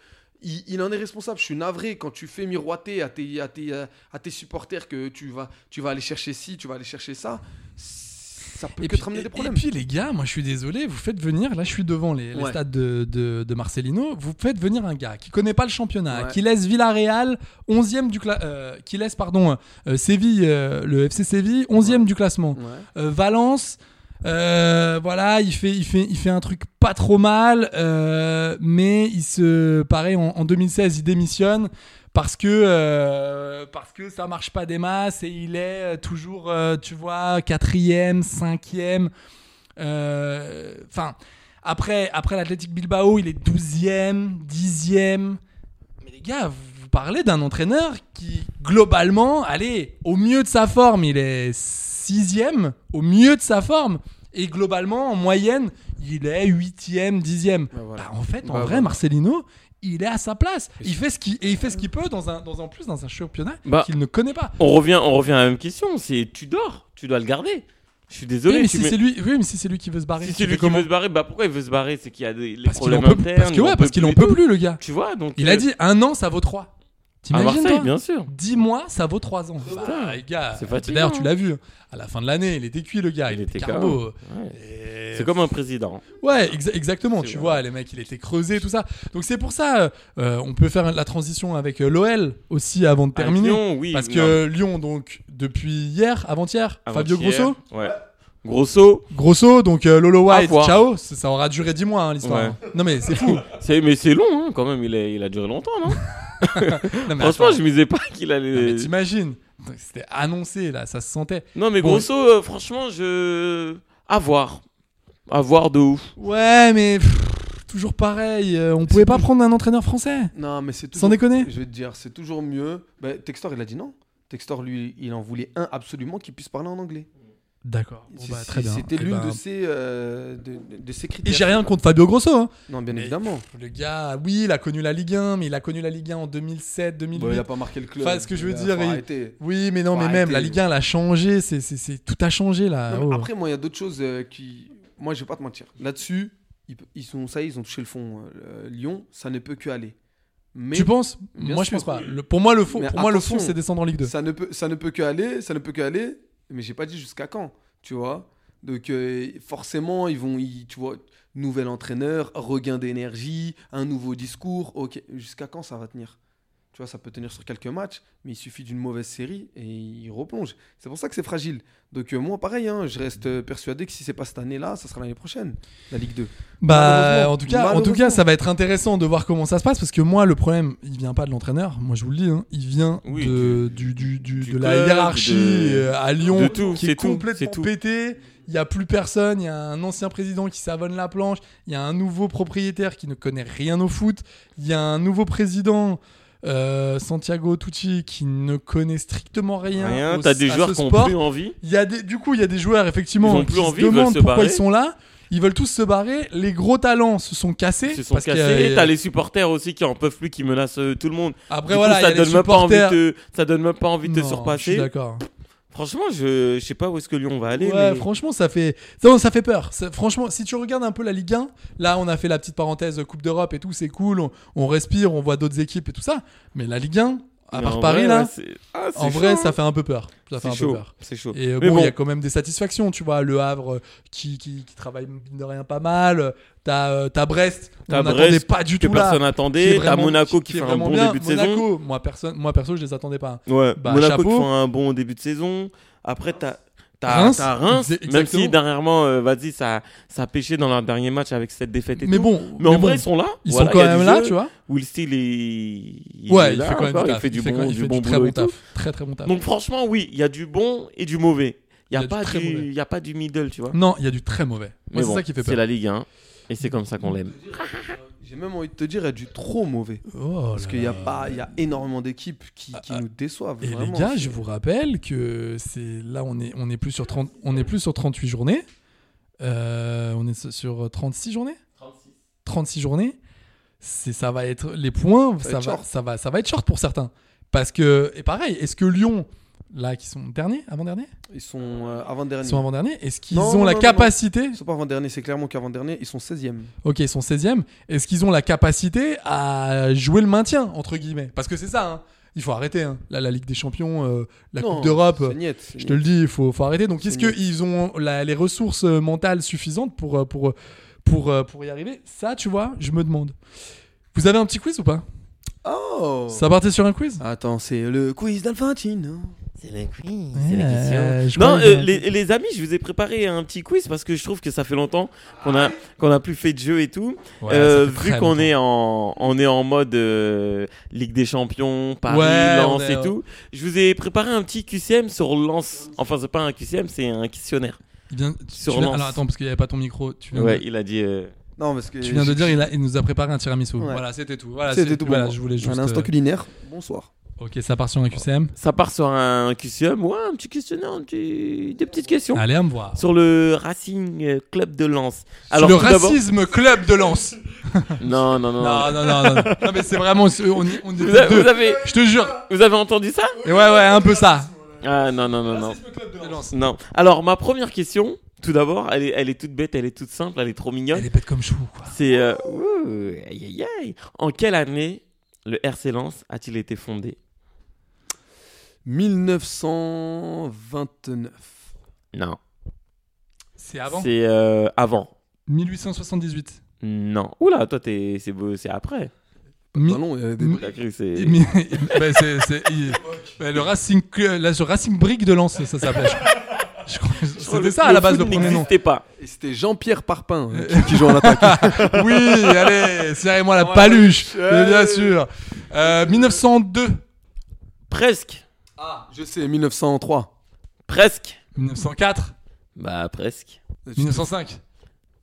il, il en est responsable. Je suis navré quand tu fais miroiter à tes, à tes, à, tes supporters que tu vas, tu vas aller chercher ci, tu vas aller chercher ça. Ça peut Et que puis, te ramener et- des problèmes. et puis, les gars, moi je suis désolé, vous faites venir, là je suis devant les, les Ouais. stades de, de, de Marcelino, vous faites venir un gars qui connaît pas le championnat, Ouais. qui laisse Villarreal 11e du cla- euh, qui laisse pardon euh, Séville, euh, le FC Séville 11e du classement, Ouais. Euh, Valence. euh, voilà, il fait, il, fait, il fait un truc pas trop mal, euh, mais il se. Pareil, en, en 2016, il démissionne parce que, euh, parce que ça marche pas des masses et il est euh, toujours, euh, tu vois, quatrième, cinquième. euh, Enfin, après, après l'Athletic Bilbao, il est douzième, dixième. Mais les gars, vous, vous parlez d'un entraîneur qui, globalement, allez, au mieux de sa forme, il est sixième, au mieux de sa forme. Et globalement, en moyenne, il est huitième, dixième. Bah voilà. Bah, en fait, en Bah vrai, voilà. Marcelino, il est à sa place. Il fait ce qu'il, et il fait ce qu'il peut dans un, dans un en plus dans un championnat Bah, qu'il ne connaît pas. On revient, on revient à la même question. C'est tu dors, tu dois le garder. Je suis Oui, désolé. mais tu si mets- c'est lui, oui, mais si c'est lui qui veut se barrer, si tu c'est fais lui qui comment veut se barrer, bah pourquoi il veut se barrer C'est qu'il y a des les Parce qu'il en problèmes peut, internes. parce que il ouais, en parce qu'il en et peut tout. plus le gars. Tu vois, donc Il euh, a dit un an, ça vaut trois. à T'imagines Marseille, toi bien sûr. 10 mois, ça vaut 3 ans. Bah, les gars, c'est fatigant. d'ailleurs, tu l'as vu. hein. À la fin de l'année, il était cuit, le gars. Il, Il était était carbo. Ouais. Et- C'est comme un président. Ouais, exa- exactement. C'est Tu vrai. vois, les mecs, il était creusé, tout ça. Donc, c'est pour ça, euh, euh, on peut faire la transition avec euh, l'OL aussi avant de Avec terminer. Lyon, oui, Parce non. que Lyon, donc, depuis hier, avant-hier, Fabio Avant-hier, Grosso. Ouais. Grosso, Grosso, donc euh, Lolo À White, voir. ciao. Ça, ça aura duré 10 mois, hein, l'histoire. Ouais. hein. Non, mais c'est fou. c'est mais c'est long hein, quand même. Il a, il a duré longtemps, non Non, (laughs) mais Franchement, attends. je me disais pas qu'il Non, mais allait. t'imagines. C'était annoncé, là, ça se sentait. Non, mais Bon. Grosso, euh, franchement, je. À voir. À voir de ouf. Ouais, mais pff, toujours pareil. euh, on pouvait pas prendre un entraîneur français. Non, mais c'est Sans toujours- déconner. Je vais te dire, c'est toujours mieux. Bah, Textor, il a dit non. Textor, lui, il en voulait un absolument qui puisse parler en anglais. D'accord. Bon, C'est- bah, très bien. C'était Eh l'une ben, de ses euh, de, de- de ses Et critères. j'ai rien contre Fabio Grosso. hein. Non, bien Mais- évidemment. Le gars, oui, il a connu la Ligue 1, mais il a connu la Ligue 1 en 2007, 2008. Bon, il a pas marqué le club. Enfin, ce que je veux Il a- dire, faut il- arrêter. Oui, mais non, Faut mais même arrêter. la Ligue 1, elle a changé. C'est, c'est, c'est- tout a changé là. Non, mais Oh. Après, moi, il y a d'autres choses euh, qui. Moi, je vais pas te mentir. Là-dessus, ils, ils sont ça, y est, ils ont touché le fond. Euh, Lyon, ça ne peut que aller. Mais tu penses Bien Moi, je sûr. pense pas. Le- pour moi, le fond, Mais pour moi, le fond, attention. c'est descendre en Ligue 2. ça ne peut, ça ne peut que aller, ça ne peut que aller. Mais j'ai pas dit jusqu'à quand, tu vois. Donc euh, forcément, ils vont, ils- tu vois, nouvel entraîneur, regain d'énergie, un nouveau discours. Ok, jusqu'à quand ça va tenir Tu vois, ça peut tenir sur quelques matchs, mais il suffit d'une mauvaise série et ils replongent. C'est pour ça que c'est fragile. Donc euh, moi, pareil, hein, je reste euh, persuadé que si c'est pas cette année-là, ça sera l'année prochaine, la Ligue 2. Bah, Malheureusement. en tout cas, en tout Malheureusement. cas, ça va être intéressant de voir comment ça se passe parce que moi, le problème, il vient pas de l'entraîneur. Moi, je vous le dis, hein, il vient Oui, de, du, du- du- du de la club, hiérarchie de- euh, à Lyon de tout, qui c'est est tout, c'est complètement tout. pété. Il y a plus personne. Il y a un ancien président qui savonne la planche. Il y a un nouveau propriétaire qui ne connaît rien au foot. Il y a un nouveau président. euh, Santiago Tucci qui ne connaît strictement rien. Rien, au- t'as des à joueurs ce qui ont sport. plus envie. Il y a des, du coup, il y a des joueurs effectivement Ils ont qui plus envie, se ils veulent demandent se pourquoi barrer. ils sont là. Ils veulent tous se barrer. Les gros talents se sont cassés. Ils se sont parce qu'il y a- cassés. Et t'as les supporters aussi qui en peuvent plus, qui menacent euh, tout le monde. Après Du coup, voilà, il y ça a les donne même pas envie supporters. de, ça donne même pas envie de te Non, Je suis surpasser. d'accord. Franchement, je, je sais pas où est-ce que Lyon va aller. Ouais, mais... franchement, ça fait, non, ça fait peur. Ça- franchement, si tu regardes un peu la Ligue 1, là, on a fait la petite parenthèse Coupe d'Europe et tout, c'est cool. On, on respire, on voit d'autres équipes et tout ça. Mais la Ligue 1, à mais part en Paris vrai, là, ouais, c'est- ah, c'est en vrai, chaud, ça hein. fait un peu peur. Ça fait C'est un peu chaud. peur. C'est chaud. Et euh, Mais bon, il y bon, a quand même des satisfactions, tu vois. Le Havre euh, qui, qui, qui travaille mine de rien pas mal. T'as euh, t'as Brest, T'as on Brest, n'attendait pas du que tout là. personne qui est n'attendait. T'as vraiment- Monaco qui, est fait un vraiment bon bien. début de Monaco, saison. Moi, personne, moi perso, je les attendais pas. Ouais, Bah, Monaco qui chapeau. fait un bon début de saison. Après, t'as. T'as Reims, Reims, Reims exa- même exactement. si dernièrement, euh, vas-y, ça, ça a pêché dans leur dernier match avec cette défaite et Mais tout. bon, mais en mais vrai, bon, ils sont là. ils Voilà, sont quand il y a même du là, jeu. tu vois. Will Steele, il, ouais, est il là fait quand même encore, du il taf. fait du fait quand- bon, il fait du bon très boulot bon et tout. taf. Très très bon taf. Donc franchement, oui, il y a du bon et du mauvais. Il Il y a n'y du a, pas très du- mauvais. il y a pas du middle, tu vois. Non, il y a du très mauvais. Moi, Mais bon, c'est ça qui fait C'est peur. la Ligue 1 et c'est comme ça qu'on l'aime. J'ai même envie de te dire, il y a du trop mauvais. Oh Parce là qu'il y a là. pas, il y a énormément d'équipes qui, qui ah. nous déçoivent. Et les vraiment. gars, je vous rappelle que c'est là on est on est plus sur 30 on est plus sur 38 journées. Euh, on est sur 36 journées 36 journées. C'est ça va être les points, Ça ça, va être va short. ça va ça va être short pour certains parce que et pareil, est-ce que Lyon là qui sont derniers, avant-derniers Ils sont euh, Ils avant-derniers. sont avant-derniers, est-ce qu'ils Non, ont non, la non, non, capacité Ils sont pas avant-derniers, c'est clairement qu'avant-dernier, ils sont 16e. OK, ils sont 16e. Est-ce qu'ils ont la capacité à jouer le maintien entre guillemets Parce que c'est ça hein. Il faut arrêter hein. Là la Ligue des Champions, euh, la Non, Coupe d'Europe, c'est niet, c'est Je te niet. le dis, il faut, faut arrêter. Donc, est-ce C'est qu'ils ont la- les ressources euh, mentales suffisantes pour, euh, pour, euh, pour, euh, pour y arriver Ça, tu vois, je me demande. Vous avez un petit quiz ou pas Oh Ça partait sur un quiz Attends, c'est le quiz d'Alphantine. Non, euh, les, les amis, je vous ai préparé un petit quiz parce que je trouve que ça fait longtemps qu'on a qu'on a plus fait de jeu et tout. Euh, vu qu'on est en on est en mode euh, Ligue des Champions, Paris, Ouais, on Lens est, et ouais. tout, je vous ai préparé un petit QCM sur Lens. Enfin, c'est pas un QCM, c'est un questionnaire. sur Lens. Alors, attends, parce qu'il n'y avait pas ton micro. Tu viens, Ouais, de, il a dit. euh, Non, parce que. tu viens de j'ai- dire, il, a- il nous a préparé un tiramisu. Ouais. Voilà, c'était tout. Voilà, C'était c'est- tout pour voilà, moi. je voulais juste. Un instant euh, culinaire. Bonsoir. ok, ça part sur un QCM. Ça part sur un QCM, ouais, un petit questionnaire, un petit- des petites questions. Allez, à me voir. Sur le Racing euh, Club de Lens. Alors, le tout d'abord- racisme club de Lens. Non, non, non. Non, non, non, non. non, mais c'est vraiment. On, est- on est Vous, a- deux. vous avez, Je te jure. vous avez entendu ça Et ouais, ouais, un peu ça. Ah non, non, non, non. Non. Alors, ma première question, tout d'abord, elle est, elle est toute bête, elle est toute simple, elle est trop Elle mignonne. est bête comme chou, quoi. C'est. euh, ouh, aïe, aïe, aïe. En quelle année le RC Lens a-t-il été fondé 1929. Non. C'est avant C'est euh, avant. 1878. Non. Oula, toi, t'es- c'est beau- c'est après. Mi- Bah non, il y a des- Mi- T'as cru que c'est. mi- (laughs) Bah, c'est- c'est- il- bah, le Racing Cl- là, ce Racing Brick de Lens, ça s'appelait. je crois. Je crois- Oh, C'était ça à la base le foot premier (laughs) nom. n'existait pas. Et c'était Jean-Pierre Parpin euh, qui, qui joue en attaque. (laughs) Oui, allez, serrez-moi la paluche, mais bien sûr. Euh, 1902, Presque. Je sais, 1903. Presque. 1904, Bah, presque. 1905.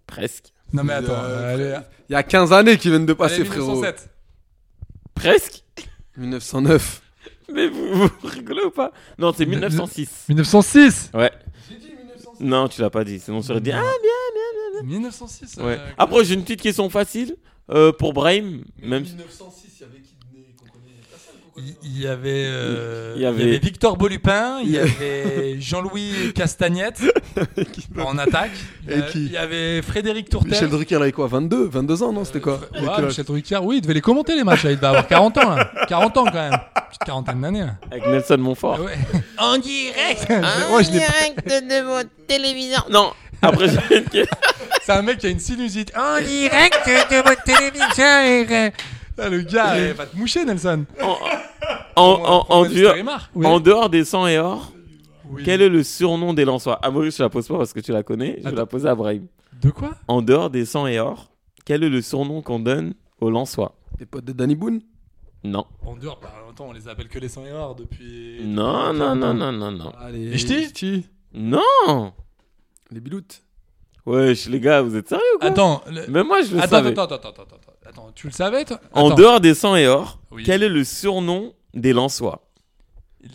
Presque. Non mais attends, Euh, allez, Il y a 15 années qui viennent de allez, passer, frérot. 1907. Presque. 1909. (laughs) Mais vous, vous rigolez ou pas Non, c'est 1906. 1906. Ouais. 1906. Non, tu l'as pas dit, sinon on serait dit. Ah, bien. 1906. Ouais. Après, j'ai une petite question facile euh, pour Brahim. Même... 1906, il y avait qui il y avait, euh, Il il y y avait- avait Victor Bolupin, il y avait Jean-Louis Castagnette en attaque, il y, Et a- qui il y avait Frédéric Tourtel. Michel Drucker, il avait quoi 22 22 ans, non C'était quoi euh, Ouais, Il était là. Michel Drucker, oui, il devait les commenter les matchs. là, Il devait avoir 40 ans, là. 40 ans quand même. Petite quarantaine d'années. là. Avec Nelson Montfort. Ah Ouais. (laughs) En direct Moi, je l'ai pas- de mon téléviseur. Non, (laughs) après, j'ai une question. C'est un mec qui a une sinusite. En direct de votre télévision. Ah, le gars, eh, va te moucher, Nelson. En, en, en, en, Prends Manchester dehors- Aymar. Oui. en dehors des 100 et or, Oui. quel est le surnom des Lensois Ah, Maurice, je la pose pas parce que tu la connais. Je vais la pose à Brahim. De quoi En dehors des 100 et or, quel est le surnom qu'on donne aux Lensois Des potes de Danny Boone Non. En dehors, bah, attends, on les appelle que les 100 erreurs depuis. Non, non, non, non, non, non. Allez. Les ch'tis ch'tis. Non Les biloutes. Wesh, les gars, vous êtes sérieux ou quoi Attends, le- Même moi, je le attends, savais. attends, attends, attends, attends, attends. Attends, tu le savais, toi En Attends. dehors des 100 et or, Oui. quel est le surnom des Lensois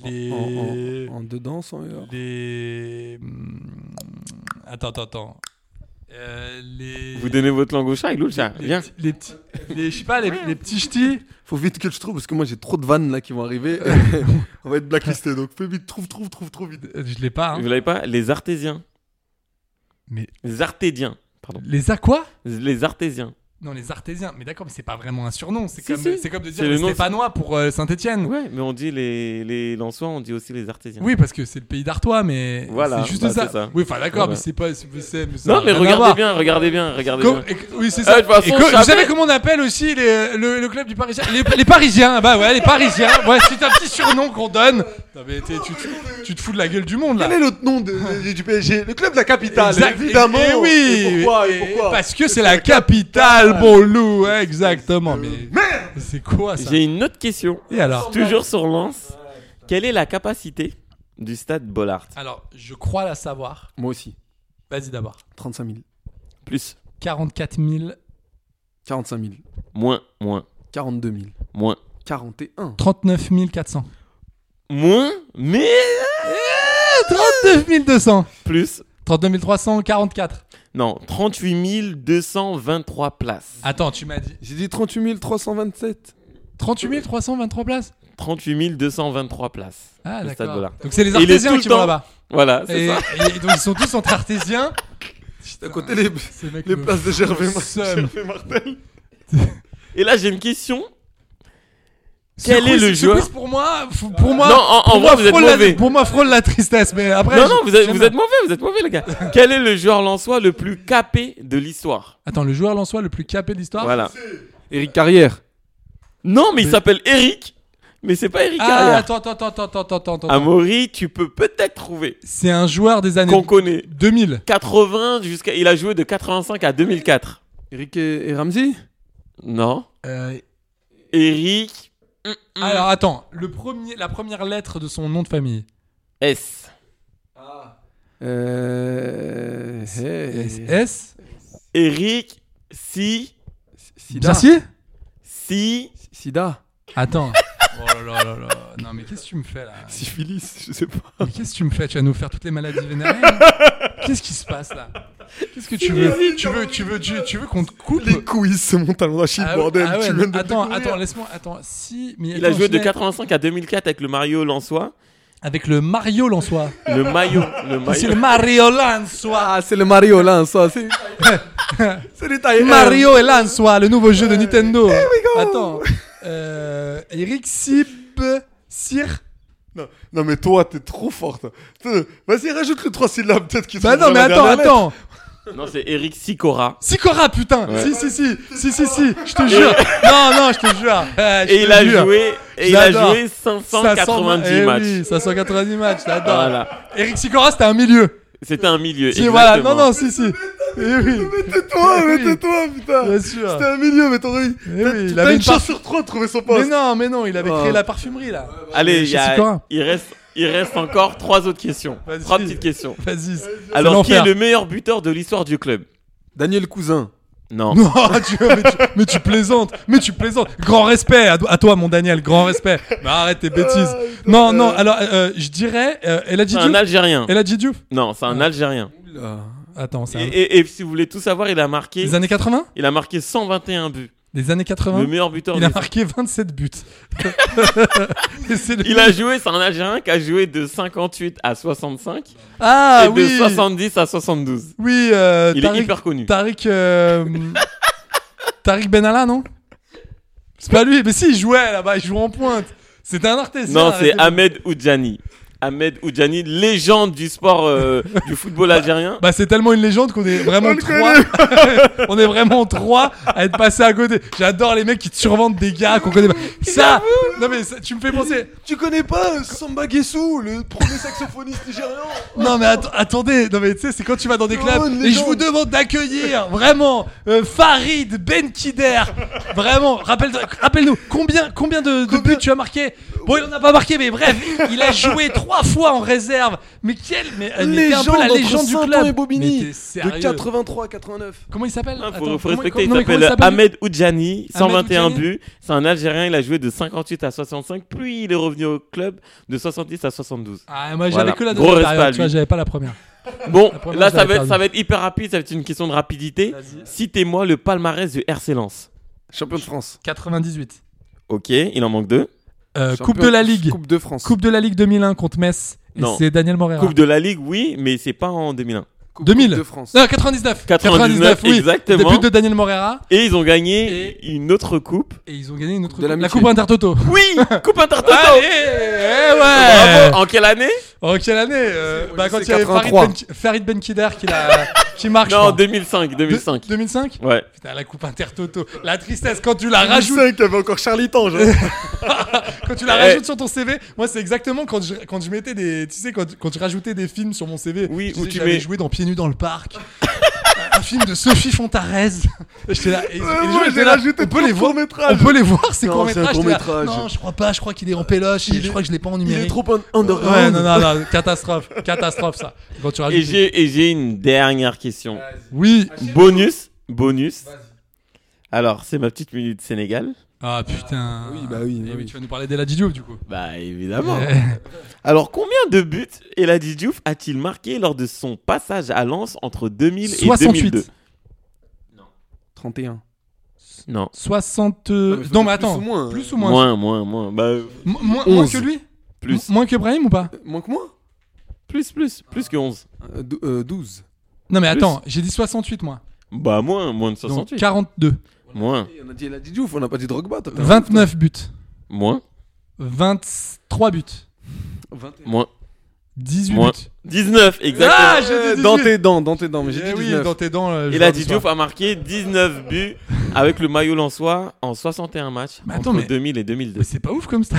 Les. En, hein, en, en dedans, sans erreur. Les. Hmm, Attends, attends, attends. Euh, les. Vous donnez votre langue au chat avec l'autre chat. les Viens. petits- Les, petits- les- je sais pas, les, les petits ch'tis. Faut vite que je trouve, parce que moi j'ai trop de vannes là qui vont (laughs) arriver. On va être blacklisté, donc fais vite, trouve, trouve, trouve, trouve vite. Euh, Je l'ai pas, hein. Vous l'avez pas Les artésiens. Mais- Les artésiens. Pardon. Les aquas Les artésiens. Non, les artésiens. Mais d'accord, mais c'est pas vraiment un surnom. C'est Si, comme, si. c'est comme de C'est dire le les nom- Stéphanois pour euh, Saint-Etienne. Ouais, mais on dit les, les Lensois, on dit aussi les artésiens. Oui, parce que c'est le pays d'Artois, mais Voilà, c'est juste bah, ça. c'est ça. Oui, enfin d'accord, mais Ouais. c'est pas. c'est- c'est- mais ça Non, a mais rien à voir. regardez bien, regardez bien, regardez Com- bien. et que- Eh, oui, c'est ça. de toute façon, Et que- je vous savez savais- comment on appelle aussi les- le, le club du Parisien les, les Parisiens. Bah ouais, (laughs) les Parisiens. Ouais, c'est un petit surnom qu'on donne. Non, mais t'es- tu, tu, tu te fous de la gueule du monde là. Quel est l'autre nom de- de- du PSG Le club de la capitale, Exact- évidemment. et oui. Et pourquoi, et Et pourquoi Parce que c'est la capitale, mon loup. Ouais, Exactement. Mais c'est quoi ça J'ai une autre question. Et alors Toujours sur Lens. Quelle est la capacité du stade Bollard Alors, je crois la savoir. Moi aussi. Vas-y d'abord. 35 000. Plus, 44 000, 45 000. moins, moins, 42 000. moins. 41. 39 400. Moins, mais 39 200. plus. 39 344. Non, 38 223 places. Attends, tu m'as dit. J'ai dit 38 327. 38 323 places 38 223 places. Ah, le stade d'accord. Bollard. Donc c'est les Et il est tout artésiens le qui vont temps- là-bas. Voilà, c'est Et, ça. et donc ils sont tous entre artésiens. T'as compté les, (laughs) Ce mec les me- places de Gervais, me Mar- (laughs) somme. Gervais Martel Et là, j'ai une question. Ce Quel est quiz- le ce joueur quiz pour moi, fou- pour moi, Non, en- en pour vrai, moi, vous êtes frôle la- mauvais. pour moi, frôle la tristesse. Mais après, non, non, je- vous êtes, j'aime vous bien. êtes mauvais, vous êtes mauvais, les gars. Quel est le joueur lensois le plus capé de l'histoire Attends, le joueur lensois le plus capé de l'histoire. Voilà. Eric Carrière. Non, mais il s'appelle Eric. Mais c'est pas Eric Ah, Carrière. Ah attends, attends, attends, attends, attends, attends, attends. Amaury, tu peux peut-être trouver. C'est un joueur des années Qu'on connaît. 2000. 80 jusqu'à. Il a joué de 85 à 2004. Eric et, et Ramsey Non. Euh, Eric Alors attends, le premier, la première lettre de son nom de famille. S. Euh. S. hey. S. Eric Si. Sida. Mercier Si. Sida. (laughs) Attends. Oh là là là là. Non mais qu'est-ce que tu me fais là Syphilis, je sais pas. Mais qu'est-ce que tu me fais Tu vas nous faire toutes les maladies (laughs) vénériennes Qu'est-ce qui se passe là Qu'est-ce que tu veux Tu veux, tu veux, tu veux, tu veux qu'on te coupe Les couilles, c'est mon talent d'Achille, Ah ouais, bordel. ah ouais, tu viens de le Attends, découvrir. attends, laisse-moi. Attends, si. Mais Il a attends, joué de Ginette, 85 à 2004 avec le Mario Lensois. Avec le Mario Lançois. Le maillot. Le C'est le maillot. Mario Lançois. Ah, c'est le Mario là, ça. C'est c'est des tailles. Mario et Lançois, le nouveau euh, jeu de Nintendo. Attends. Euh, Eric Sib. Sir. Non, non, mais toi, t'es trop forte. T'es- Vas-y, rajoute les trois syllabes, peut-être qu'ils Bah sont non, mais dans la attends, dernière attends. Non, c'est Eric Sicora. Sicora, putain. Si, si, si. Si, si, si. Je te jure. Non, non, je te jure. Euh, je Et te il a jure. joué. Et il a J'adore. joué 590 590 matchs. eh Oui, 590 matchs, j'adore. Voilà. Eric Sicora, c'était un milieu. C'était un milieu. Si, voilà, non, exactement. non, si, si. Eh oui, Eh lettre. Toi, Oui. Ah, mais tais-toi, putain. bien sûr. C'était un milieu, Bah, mais t'aurais eu. Eh t'as- oui, il t'as avait une une chance part- sur trois de trouver son Mais poste. non, mais non, il avait Oh. créé la parfumerie, là. Allez, Chez il y a- Sicora. il reste, il reste encore trois autres questions. Vas-y. Trois petites questions. Vas-y. c'est Alors, qui est l'enfer. le meilleur buteur de l'histoire du club Daniel Cousin. Non. (laughs) Non, Ah, tu- mais, tu, mais tu plaisantes, mais tu plaisantes. Grand respect à, à toi, mon Daniel, grand respect. Mais arrête tes bêtises. Non, non, alors euh, je dirais. Euh, elle a dit C'est un Diouf. Algérien. Elle a dit Diouf. Non, c'est un Algérien. Attends, c'est Et, un- et- et si vous voulez tout savoir, il a marqué, des années 80 il a marqué 121 buts. Des années Le 80 meilleur buteur. Il a des- marqué 27 (laughs) buts. Et c'est le- Il a joué, c'est un Algérien qui a joué de 58 à 65 Ah et oui de 70 à 72. Oui, euh, Il est Tariq, hyper connu. Tariq, euh, Tariq Benalla, non C'est pas lui, mais si, il jouait là-bas, il jouait en pointe. C'était un (laughs) artiste. Non, c'est Ahmed Oudjani. Ahmed Oudjani, légende du (laughs) sport euh, du football algérien. Bah c'est tellement une légende qu'on est vraiment trois. (laughs) on est vraiment trois à être passés à côté. J'adore les mecs qui te survendent des gars qu'on connaît pas. Ça, non mais ça- tu me fais penser. Tu connais pas euh, Samba Guessou, le premier saxophoniste nigérian Non mais atte- attendez, non mais tu sais c'est quand tu vas dans des clubs Oh, une et je légende. vous demande d'accueillir vraiment euh, Farid Benkider. Vraiment, rappelle rappelle-nous combien combien de, de buts tu as marqué. Bon, il en a pas marqué mais bref, il a joué trois fois en réserve. Mais quel mais, euh, mais t'es un peu la entre légende du Saint-Ouen club. et Bobigny, Mais t'es sérieux. de 83 à 89. Comment il s'appelle Il Ah, faut, Attends, faut comment- respecter, il non, mais comment s'appelle s'appelle Ahmed Oudjani, 121 Oudjani buts. C'est un Algérien, il a joué de 58 à 65, puis il est revenu au club de 70 à 72. Ah, moi Voilà. j'avais que la Gros deuxième respect à période, tu vois, lui. j'avais pas la première. Bon, Ah, La première, là, je ça l'avais va, être, perdu. ça va être hyper rapide, ça va être une question de rapidité. Citez-moi le palmarès du RC Lens. Champion de France. 98. Ok, il en manque deux. Euh, coupe Champion- de la Ligue. Coupe. Coupe de France. de la Ligue 2001 contre Metz. Et Non. c'est Daniel Morera. Coupe de la Ligue, oui, mais c'est pas en 2001. Coupe 2000. de France. Non, 99. 99, oui. exactement. Début de Daniel Morera. Et ils ont gagné une autre coupe. Et ils ont gagné une autre De coupe. La l'amitié. Coupe (laughs) Intertoto. Oui, Coupe Intertoto Allez, eh ouais. Bravo En quelle année En quelle année euh, au Bah lycée quand il y avait Farid, 83. Ben- Farid Benkider qui, la, qui marche. Non, 2005, 2005. 2005 Ouais. Putain, la coupe intertoto. La tristesse, quand tu la rajoutes. qu'il y avait encore Charlie Tange. hein. (laughs) quand tu la Eh. rajoutes sur ton CV, moi c'est exactement quand je, quand je mettais des. Tu sais, quand, quand je rajoutais des films sur mon CV. Oui, je où disais, tu j'avais mets- joué dans Pieds nus dans le parc. (laughs) un film de Sophie Fontarez. J'étais là. Et, et les gens étaient là, on peut les voir. On peut les voir, ces Non, courts métrages. c'est un J'étais là, court-métrage. Non, je crois pas, je crois qu'il est en péloche, et je crois que je l'ai pas en Il numérique. est trop Ouais, underground. non, non, non, catastrophe, catastrophe ça. Quand tu Et rajoutes. Ah, j'ai Euh, et j'ai une dernière question. Oui. Bonus, bonus. Alors, c'est ma petite minute Sénégal. Ah putain. Oui, bah oui, Eh bah oui. Tu vas nous parler d'Ella Diouf du coup. Bah, évidemment. Eh. (laughs) Alors, combien de buts Eladi Diouf a-t-il marqué lors de son passage à Lens entre 2000 et 2002 68. 31. Non. 60. mais faut euh, non, dire mais plus attends. ou moins. Plus ou moins Moins, moins, moins. Bah, euh, Mo- moins, moins 11. que lui plus. M- Moins que Brahim ou pas Euh, Moins que moi Plus, plus. Plus que 11. Euh, dou- euh, 12. Non mais Plus. attends, j'ai dit 68 moi. Bah, moins, moins de Donc 68. 42. Moins, Et On a dit la Diouf, on a pas dit Drogba. toi, t'as- 29 buts. moins, 23 buts. 21. moins. 18 Moins. buts. 19, exactement. Euh, Dans tes dents, dans tes dents, mais j'ai Eh dit oui, 19. dans tes dents. euh, Et joueur la du Diouf soir. a marqué 19 buts avec le maillot lensois en 61 matchs Mais attends, entre mais- 2000 et 2002. Mais c'est pas ouf comme (laughs) stat.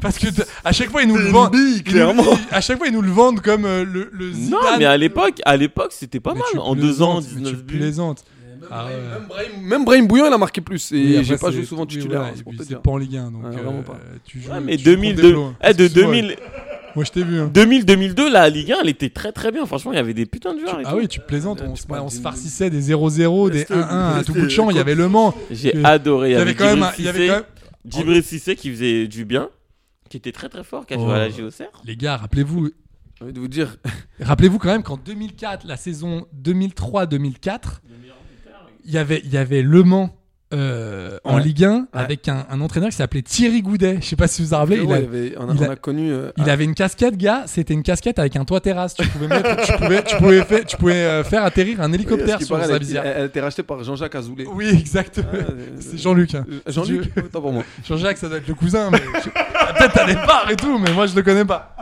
Parce que t- à chaque fois ils nous le vendent. ils nous- clairement. ils- à chaque fois ils nous le vendent comme euh, le, le Non, Zidane. mais à l'époque, à l'époque, c'était pas Mais mal. tu En deux ans, plaisantes, mais 19 tu buts. plaisantes. Ah ouais. Même Brahim- Même Brahim Bouillon, il a marqué plus. Oui, Et après, j'ai pas c'est- joué souvent oui, titulaire. voilà, hein, et c'est pour puis te C'est dire. pas en Ligue 1 donc Ouais, euh, vraiment pas. tu joues. Ah, Ouais, mais tu prends 2000, des de, plots, hein. eh, de Excuse-moi, 2000, Moi je t'ai vu. hein. 2000, 2002, la Ligue 1, elle était très très bien. Franchement, il y avait des putains de joueurs. et Ah tout. oui, tu plaisantes, on, se, parles on se d'une- farcissait des 0-0, des Restez- 1-1 à tout bout de restez- champ, il y avait Le Mans. J'ai que- adoré. Il y avait avec quand même. un- Il y Djibril avait quand Cissé, même... Djibril Cissé qui faisait du bien, qui était très très fort, qui a joué Oh. à la JOCR. Les gars, rappelez-vous J'ai envie de vous dire, rappelez quand même qu'en 2004, la saison 2003-2004, il y avait, il y avait Le Mans. euh, en Ouais. Ligue 1 avec un, un entraîneur qui s'appelait Thierry Goudet. Je sais pas si vous vous en rappelez. frérot, il, a- il avait- on a- il a- on a connu. euh, il avait une casquette, gars. C'était une casquette avec un toit terrasse. Tu pouvais, mettre- tu pouvais, tu pouvais, faire, tu pouvais euh, faire atterrir ah, Oui, un à ce hélicoptère qui sur paraît, sa elle- visière. Elle, elle a été rachetée par Jean-Jacques Azoulay. Oui, exactement. Ah, euh, (laughs) C'est Jean-Luc. hein. Jean-Luc, autant pour moi. Jean-Jacques, ça doit être le cousin. Mais je- Ah, Peut-être t'as des parts et tout, mais moi je le connais pas.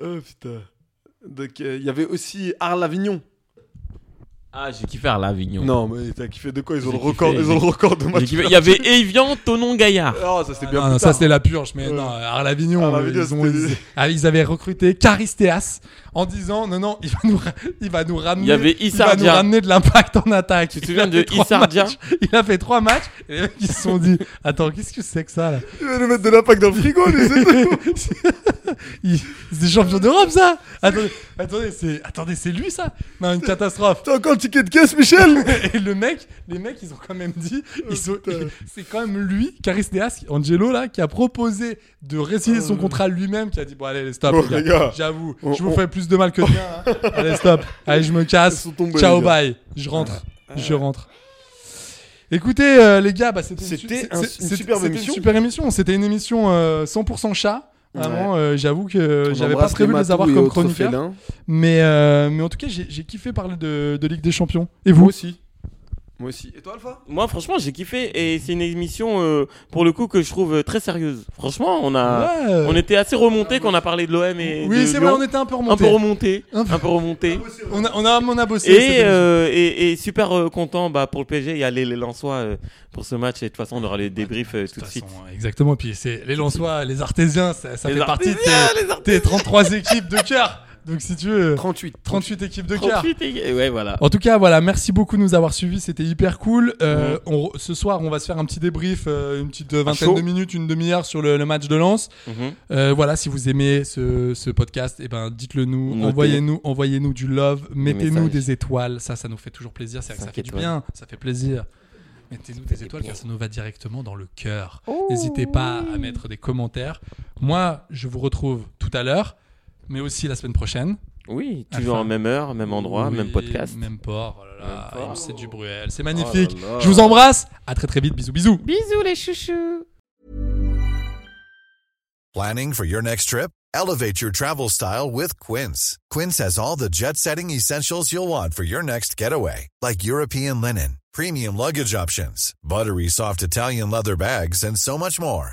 Oh putain. Donc euh, il y avait aussi Arles Avignon. Ah, j'ai kiffé à l'Avignon. Non, mais t'as kiffé de quoi Ils ont J'ai le record, kiffé. ils ont le record de J'ai match. kiffé. Il y avait Evian, Tonon, Gaillard. Ah, ça c'était bien Ah, plus non, ça tard. c'était la purge, mais Ouais. non, Arles Avignon, Arles euh, Avignon, ils, ont- c'était- ils- ah, ils avaient recruté Caristéas en disant non, non, il va nous, ra- il va nous ramener. Il y avait va nous Issardia. ramener de l'impact en attaque. Tu te Il souviens a de fait trois Issardia matchs- Il a fait trois matchs et les mecs ils se sont dit Attends, qu'est-ce que c'est que ça là Il va nous mettre de l'impact dans le frigo, lui, c'est tout. Il- C'est des champions d'Europe, ça Attendez, attendez, c'est, attendez, c'est lui, ça Non, une catastrophe. T'as encore le ticket de caisse, Michel (laughs) Oh, Et le mec, les mecs, ils ont quand même dit, ils ont- (laughs) c'est quand même lui, Caris Deas, qui- Angelo, là, qui a proposé de résilier son contrat lui-même, qui a dit, bon, allez, les stop, Oh, les les gars. gars. J'avoue, On- je vous on- fais plus de mal que de bien. (laughs) hein. allez, stop. Allez, je me casse. Ils sont tombés, Ciao, les gars. Ah. bye. Je rentre. Je rentre. Écoutez, euh, les gars, bah, c'était, C'était c'est- un- une c'est- c'était- superbe c'était une émission. super émission. C'était une émission euh, 100% chat. Vraiment, euh, j'avoue que On j'avais pas embrasse prévu de les Matous avoir et comme autres chroniqueurs. félins. Mais, euh, mais en tout cas, j'ai j'ai kiffé parler de, de Ligue des Champions. Et vous Moi aussi. Moi aussi. Et toi, Alpha Moi, franchement, j'ai kiffé et c'est une émission euh, pour le coup que je trouve euh, très sérieuse. Franchement, on a, Ouais. Ah. on était assez remonté quand on a parlé de l'OM et de Oui, c'est vrai, Lyon. on était un peu un peu remonté. remonté, Un un peu- Ah peu remonté. on, a, on, a, on a bossé. Et, c'était- euh, et, et super euh, content bah, pour le PSG, il y a les, les Lensois euh, pour ce match et de toute façon on aura les débriefs euh, De tout de toute suite. façon, exactement. Puis c'est les Lensois, les Artésiens, ça, ça Les fait partie de tes, tes 33 équipes de cœur. Donc si tu veux, 38. 38 équipes de cœur. 38 et- ouais voilà. En tout cas, voilà, merci beaucoup de nous avoir suivis, c'était hyper cool. Euh, on re- ce soir, on va se faire un petit débrief, euh, une petite vingtaine chaud. de minutes, une demi-heure sur le, le match de Lens. Mhm. Euh, voilà, si vous aimez ce, ce podcast, eh ben, dites-le nous, Notez. envoyez-nous, envoyez-nous du love, mettez-nous messages. des étoiles, ça, ça nous fait toujours plaisir, c'est vrai que ça Cinq fait du étoiles. bien, ça fait plaisir. Mettez-nous des étoiles car ça nous va directement dans le cœur. N'hésitez pas à mettre des commentaires. Moi, je vous retrouve tout à l'heure, mais aussi la semaine prochaine. Oui, toujours Enfin. en même heure, même endroit, Oui, même podcast. Même port, oh là là, Même port. Oh c'est du Bruel, c'est magnifique. Je vous embrasse, à très très vite, bisous bisous. Bisous les chouchous. Planning for your next trip? Elevate your travel style with Quince. Quince has all the jet setting essentials you'll want for your next getaway, like European linen, premium luggage options, buttery soft Italian leather bags, and so much more.